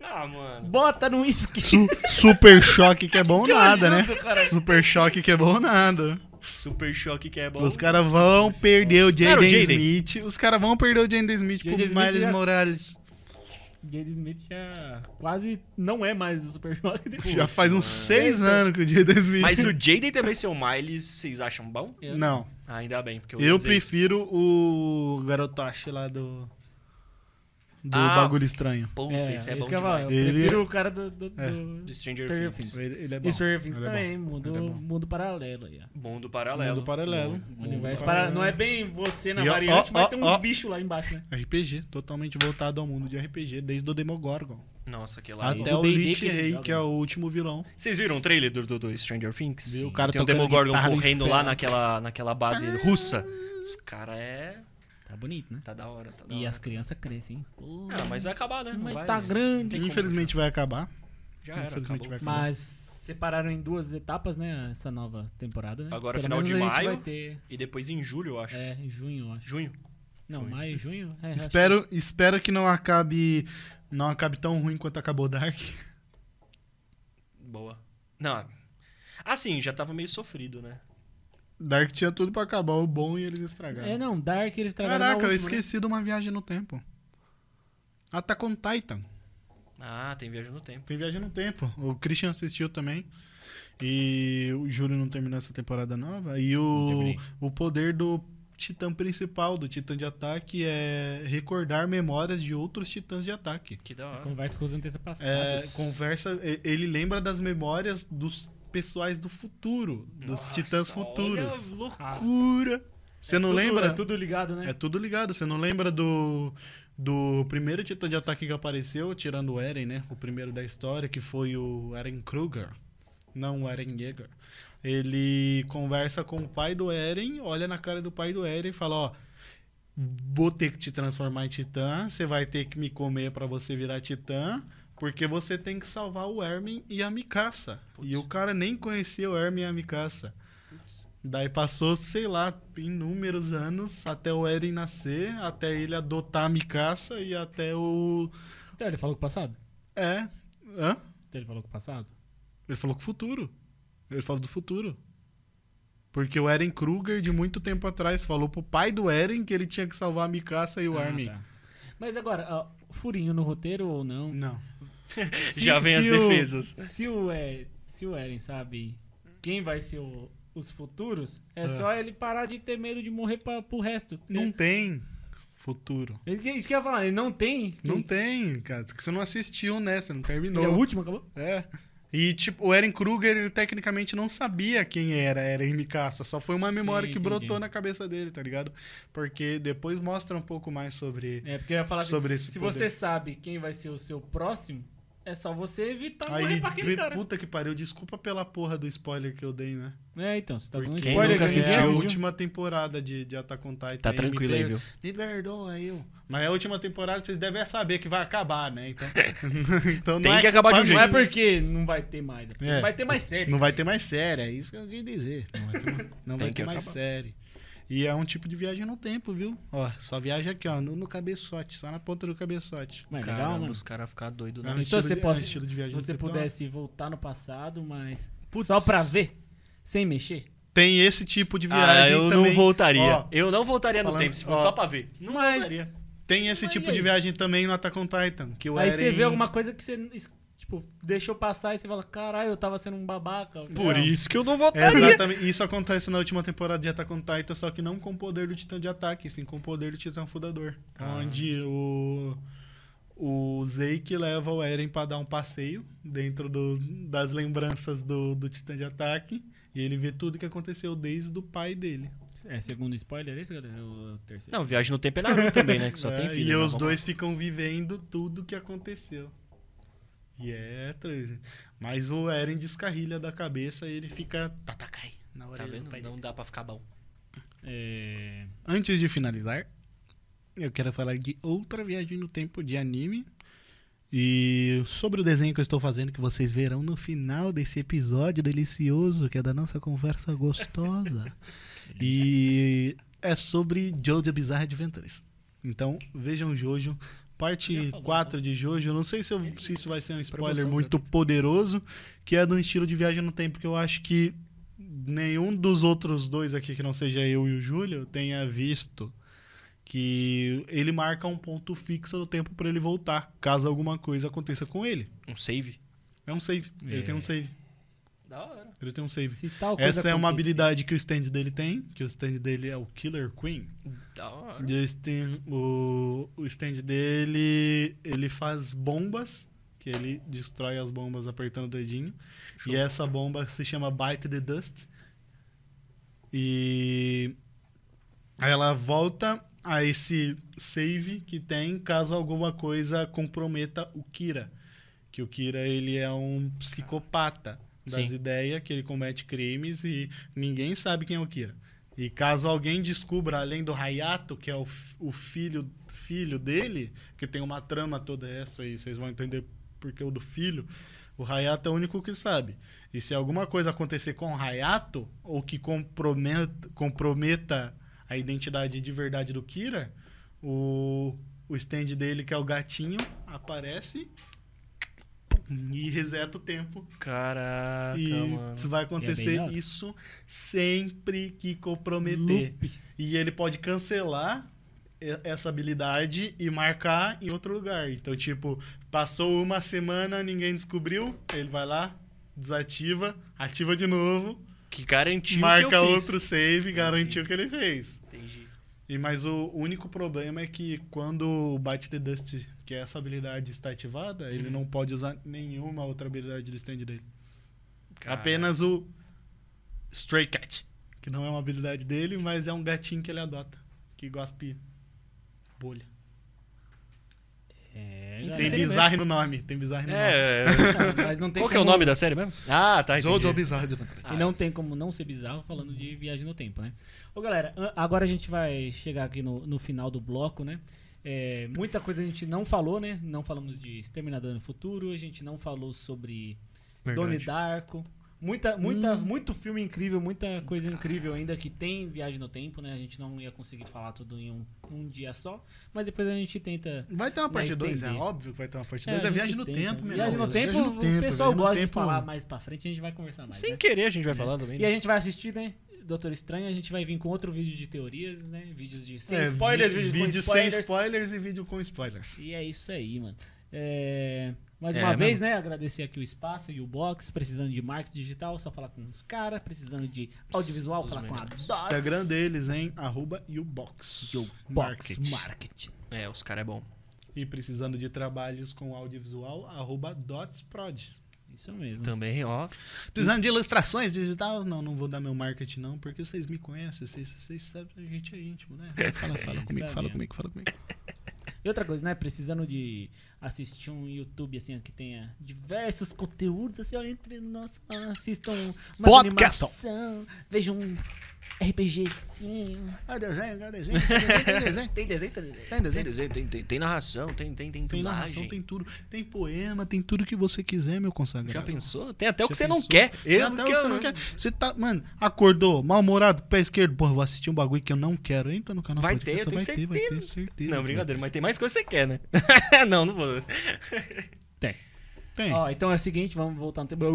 B: Ah, mano.
A: bota no uísque.
C: Su- super choque que é bom
A: Que
C: nada, né?
A: horrível, cara.
C: Super choque que é bom nada.
B: Super choque que é bom.
C: Os caras vão perder o
B: Cara, o
C: Jaden
B: Jaden.
C: Smith. Os caras vão perder o Jaden Smith
A: Jaden
C: pro
A: Smith
C: Miles
A: já-
C: Morales.
A: Jaden Smith já quase não é mais o Super Choque depois.
C: Já faz uns
B: mano. É,
C: seis anos que o Jaden Smith.
B: Mas o Jaden também ser o Miles, vocês acham bom?
A: Eu-
C: Não.
B: Ah, ainda bem, porque eu, ia
C: Eu
B: dizer isso.
C: prefiro o Garotoshi lá do. Do
B: Ah.
C: bagulho estranho.
B: Puta, isso
A: isso
B: é bom
A: que eu ia falar,
B: demais.
A: Eu
C: Ele-
A: prefiro o cara do... do,
C: É.
A: do-
B: Do Stranger
A: Stranger
B: Things.
A: Things.
C: Ele, ele é bom.
A: E Stranger Things
C: Ele é
A: também,
C: bom.
A: mundo,
C: Ele é bom.
A: mundo paralelo aí, ó.
B: Mundo paralelo.
C: Mundo paralelo.
B: Mundo
A: Universo
C: paralelo.
A: para... Não é bem você na
C: E ó,
A: variante,
C: ó,
A: mas
C: ó,
A: tem uns
C: ó.
A: bichos lá embaixo, né?
C: RPG, totalmente voltado ao mundo de RPG, desde o Demogorgon.
B: Nossa, que lá.
C: até
A: do
C: o
A: D&D
C: Lich
A: que ele
C: Rei,
A: joga.
C: que é o último vilão.
B: Vocês viram o trailer do, do, do Stranger Things?
C: Vi, o cara
B: Tem o
C: tocando
B: Demogorgon
C: guitarra
B: correndo lá
C: infernal.
B: naquela, naquela base
C: é
B: russa. Os cara é.
A: Tá bonito, né?
B: Tá da hora, tá da
A: E
B: hora.
A: as crianças crescem, hein? Pô,
B: Ah, mas vai acabar, né? Não
A: mas
B: vai-
A: tá grande.
B: tem como,
C: Infelizmente vai acabar.
B: Já era,
C: infelizmente
B: acabou.
C: vai acabar.
A: Mas separaram em duas etapas, né? Essa nova temporada, né?
C: é
B: Agora, final de
A: a gente
B: maio.
A: vai ter.
B: E depois em julho, eu acho.
A: É, em junho, eu acho.
B: Junho.
A: Não, maio, junho? É, acho
C: Espero, espero que não acabe. Não acabe tão ruim quanto acabou Dark.
B: Boa. Não. Assim, já tava meio sofrido, né?
C: Dark tinha tudo pra acabar, o bom e eles
A: que-
C: estragaram.
A: É, não, Dark eles trabalham. na
C: Caraca, eu
A: última, né?
C: esqueci de uma viagem no tempo. Attack on Titan.
B: Ah, tem viagem no tempo.
C: Tem viagem no tempo. O Christian assistiu também. E o Júlio não terminou essa temporada nova. E o,
A: terminei.
C: o poder do titã principal, do titã de ataque, é recordar memórias de outros titãs de ataque.
B: Que da hora.
A: Conversa com os
C: É,
A: antepassados.
C: conversa. e- Ele lembra das memórias dos pessoais do futuro. Dos
B: Nossa,
C: titãs
B: olha
C: futuros.
B: a
C: Ah.
B: loucura.
C: Loucura! Você não
A: ah, Tudo-
C: lembra?
A: É tudo ligado, né?
C: É tudo ligado. Você não lembra do, do primeiro titã de ataque que apareceu, tirando o Eren, né? O primeiro da história, que foi o Eren Kruger. Não o Eren Yeager. Ele conversa com o pai do Eren, olha na cara do pai do Eren e fala, ó... Vou ter que te transformar em titã, você vai ter que me comer pra você virar titã, porque você tem que salvar o Hermin e a Mikasa. E o cara nem conhecia o Hermin e a Mikasa. Daí passou, sei lá, inúmeros anos até o Eren nascer, até ele adotar a Mikasa e até o.
A: Então, ele falou com o passado?
C: É. Hã?
A: Então, ele falou com o passado?
C: Ele falou com o futuro. Ele falou do futuro. Porque o Eren Kruger, de muito tempo atrás, falou pro pai do Eren que ele tinha que salvar a Mikasa e o
A: Ah,
C: Armin.
A: tá. Mas agora, ó, furinho no roteiro ou não?
C: Não.
A: Se-
B: Já vem as
A: se o-
B: defesas.
A: Se o, é, se o Eren sabe quem vai ser o- os futuros, é,
C: Ah.
A: só ele parar de ter medo de morrer pra, pro resto.
C: Não tem. Futuro.
A: Ele- Isso que eu ia falar, ele não tem.
C: Não tem, cara. Você não assistiu, né? Você não terminou.
A: Ele é o último, acabou?
C: É. E, tipo, o Eren Kruger, ele tecnicamente não sabia quem era Eren Mikasa. Só foi uma memória
A: Sim,
C: que
A: entendi.
C: brotou na cabeça dele, tá ligado? Porque depois mostra um pouco mais sobre,
A: É, porque eu ia falar assim,
C: sobre esse
A: se
C: poder.
A: você sabe quem vai ser o seu próximo, é só você evitar morrer
C: Aí,
A: pra aquele
C: de-
A: cara.
C: puta que pariu. Desculpa pela porra do spoiler que eu dei, né?
A: É, então, você tá
C: Porque
A: falando
B: Quem
A: spoiler,
B: nunca
A: ninguém
C: É a
B: assistiu?
C: última temporada de, de Attack on Titan.
B: Tá
C: Me
B: tranquilo aí,
C: per-
B: viu?
C: Me perdoa eu. Mas é a última temporada, vocês devem saber que vai acabar, né? Então, então não
B: Tem
C: é-
B: que acabar de um
A: Não é
B: jeito.
A: porque não vai ter mais, é porque
C: É.
A: não vai ter mais série.
C: Não vai ter mais série, é isso que eu queria dizer. Não vai ter, mais-
B: Tem
C: não vai ter
B: que
C: mais
B: acabar.
C: série. E é um tipo de viagem no tempo, viu? Ó, só viaja aqui, ó, no, no cabeçote, só na ponta do cabeçote.
A: Mas é legal,
B: Caramba,
A: mano.
B: os caras ficaram doidos, né?
C: É um
A: Então
C: estilo
A: você
C: de-
A: pode-
C: é um estilo de
A: Se
C: viagem no
A: você
C: tempo, não.
A: pudesse voltar no passado, mas
C: Putz.
A: só pra ver, sem mexer.
C: Tem esse tipo de
B: Ah,
C: viagem
B: eu
C: também.
B: não voltaria.
C: Ó,
B: eu não voltaria no
C: falando-
B: tempo, se
C: ó.
B: fosse só pra ver. Não
A: Mas-
B: voltaria.
C: Tem esse
A: Mas
C: tipo
A: e aí?
C: de viagem também no Attack on Titan, que o
A: Aí
C: Eren...
A: você vê alguma coisa que você, tipo, deixou passar e você fala, caralho, eu tava sendo um babaca.
B: Por
A: Não.
B: isso que eu não
C: É,
B: voltaria.
C: Exatamente. Isso acontece na última temporada de Attack on Titan, só que não com o poder do Titã de ataque, sim com o poder do Titã Fundador.
B: Ah.
C: Onde o, o Zeke leva o Eren pra dar um passeio dentro do- das lembranças do, do Titã de ataque. E ele vê tudo que aconteceu desde o pai dele.
A: É, segundo spoiler, é isso, galera? O terceiro.
B: Não, Viagem no Tempo é Naruto também, né? Que só
C: É,
B: tem filho.
C: E
B: né?
C: os
B: Vamos
C: dois ficam vivendo tudo que aconteceu. E é triste. Mas o Eren descarrilha da cabeça e ele fica. Tatakai. Na
B: lá. Tá
C: orelha do
B: vendo?
C: pai
B: Não dá pra ficar bom.
A: É...
C: Antes de finalizar, eu quero falar de outra viagem no tempo de anime. E sobre o desenho que eu estou fazendo, que vocês verão no final desse episódio delicioso, que é da nossa conversa gostosa. e é sobre Jojo Bizarre Adventures. Então, vejam Jojo,
A: Já
C: parte
A: falou,
C: 4 de Jojo. Eu Não sei se, eu- se isso vai ser um spoiler
B: Promoção
C: muito poderoso, que é de um estilo de viagem no tempo que eu acho que nenhum dos outros dois aqui, que não seja eu e o Júlio, tenha visto que ele marca um ponto fixo no tempo pra ele voltar, caso alguma coisa aconteça com ele.
B: Um save?
C: É um save.
A: É.
C: Ele tem um save.
B: Da hora.
C: Ele tem um save.
A: Se tal coisa
C: Essa é uma
A: acontecer-
C: habilidade que o stand dele tem, que o stand dele é o Killer Queen.
B: Da
A: Ah.
B: hora.
C: E o stand, o, o stand dele, ele faz bombas, que ele destrói as bombas apertando o dedinho.
B: Show.
C: E essa bomba se chama Bite the Dust. E ela volta a esse save que tem caso alguma coisa comprometa o Kira. Que o Kira ele é um psicopata das
B: Sim.
C: ideias, que ele comete crimes e ninguém sabe quem é o Kira. E caso alguém descubra, além do Hayato, que é o, f- o filho, filho dele, que tem uma trama toda essa e vocês vão entender porque o do filho, o Hayato é o único que sabe. E se alguma coisa acontecer com o Hayato, ou que comprometa, comprometa a identidade de verdade do Kira, o, o stand dele, que é o gatinho, aparece e reseta o tempo.
B: Caraca,
C: e
B: mano.
C: isso vai
A: é bem
C: acontecer
A: da hora.
C: isso sempre que comprometer.
A: Loop.
C: E ele pode cancelar e- essa habilidade e marcar em outro lugar. Então, tipo, passou uma semana, ninguém descobriu, ele vai lá, desativa, ativa de novo,
B: Que garantiu
C: marca
B: que eu fiz.
C: outro save, garantiu que ele fez.
B: Entendi.
C: E mas o único problema é que quando o Bite the Dust, que é essa habilidade, está ativada, ele
A: Uhum.
C: não pode usar nenhuma outra habilidade do stand dele. Apenas o Stray Cat, que não é uma habilidade dele, mas é um gatinho que ele adota, que gospe bolha.
A: É,
B: Tem
A: galera.
C: Tem bizarre no nome, tem bizarre no nome.
B: É.
A: Mas não tem
B: Qual que é o
A: como-
B: nome da série mesmo? Ah,
A: é,
B: tá. entendi.
C: Jojo Bizarre de Fantasma.
A: E
B: Ah.
A: não tem como não ser bizarro falando de viagem no tempo, né? Ô galera, a- agora a gente vai chegar aqui no, no final do bloco, né? É, muita coisa a gente não falou, né? Não falamos de Exterminador no Futuro, a gente não falou sobre Donnie Darko. Muita, muita, Muito filme incrível, muita coisa incrível ainda que tem Viagem no Tempo, né? A gente não ia conseguir falar tudo em um, um dia só, mas depois a gente tenta.
C: Vai ter uma
A: Vai
C: parte 2, é
A: estender.
C: óbvio que vai ter uma parte
A: a
C: 2. É,
A: gente
C: viagem no
A: tenta.
C: tempo, meu
A: Viagem no
C: Deus.
A: tempo, o pessoal
C: viagem no
A: gosta de
C: tempo.
A: falar mais pra frente, a gente vai conversar mais. né?
B: Sem querer a gente vai falar também.
A: E
B: né?
A: a gente vai assistir, né? Doutor Estranho, a gente vai vir com outro vídeo de teorias, né? Vídeos de sem
C: É,
A: spoilers,
C: vi-
A: vídeos
C: vídeo
A: com spoilers.
C: sem spoilers e vídeo com spoilers.
A: E é isso aí, mano. É, mais uma
B: É,
A: vez,
B: mesmo.
A: né? Agradecer aqui o espaço e o box. Precisando de marketing digital, só falar com os caras. Precisando de audiovisual,
B: os
A: falar com a
B: melhores.
A: Dots.
C: Instagram deles, hein? Arroba YouBox.
A: Box
C: Market.
A: Marketing.
B: É, os caras é bom.
C: E precisando de trabalhos com audiovisual, arroba DotsProd.
A: Isso mesmo.
B: Também, ó.
C: Precisando de ilustrações digital? Não, não vou dar meu marketing não, porque vocês me conhecem, vocês, vocês sabem que a gente é íntimo, né? Fala, fala
A: Isso
C: comigo,
A: é
C: fala
A: mesmo.
C: comigo, fala comigo.
A: E outra coisa, né? Precisando de assistir um YouTube, assim, ó, que tenha diversos conteúdos, assim, ó, entre nós, ó, assistam uma
C: Podcast.
A: animação, vejam um RPGzinho.
C: Ah, desenho, ah, desenho, desenho, desenho, desenho.
A: Tem desenho, tem desenho.
C: Tem desenho,
B: desenho, tem, tem, tem narração, tem, tem, tem
C: tem narração, tem tudo. Tem poema, tem tudo que você quiser, meu consagrado.
B: Já pensou? Tem até o que
C: Já
B: né? você não
C: pensou?
B: quer.
C: Eu até o que você não quer. Você tá, mano, acordou, mal-humorado, pé esquerdo, porra, vou assistir um bagulho que eu não quero. Entra no canal
B: Vai
C: podcast,
B: ter, eu
C: vai
B: tenho
C: ter, vai ter, certeza.
B: Não,
C: cara.
B: brincadeira, mas tem mais coisa que você quer, né? não, não vou.
C: Tem.
A: Ó, então é o seguinte, vamos voltar no tempo.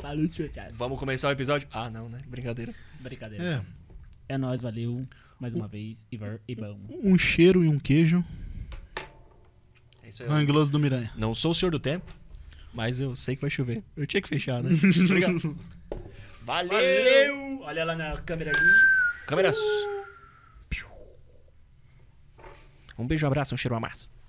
A: Falou, tchau, tchau.
B: Vamos começar o episódio? Ah, não, né? Brincadeira.
A: Brincadeira.
C: É,
A: É nóis, valeu. Mais uma vez, Ivar e bom.
C: um cheiro e um queijo.
B: É isso aí.
C: Não, inglês do Miranha.
B: Não sou o senhor do tempo, mas eu sei que vai chover. Eu tinha que fechar, né? Valeu!
A: Valeu! Olha lá na câmera ali.
B: Câmeras! Um beijo, abraço, um cheiro, um amasso.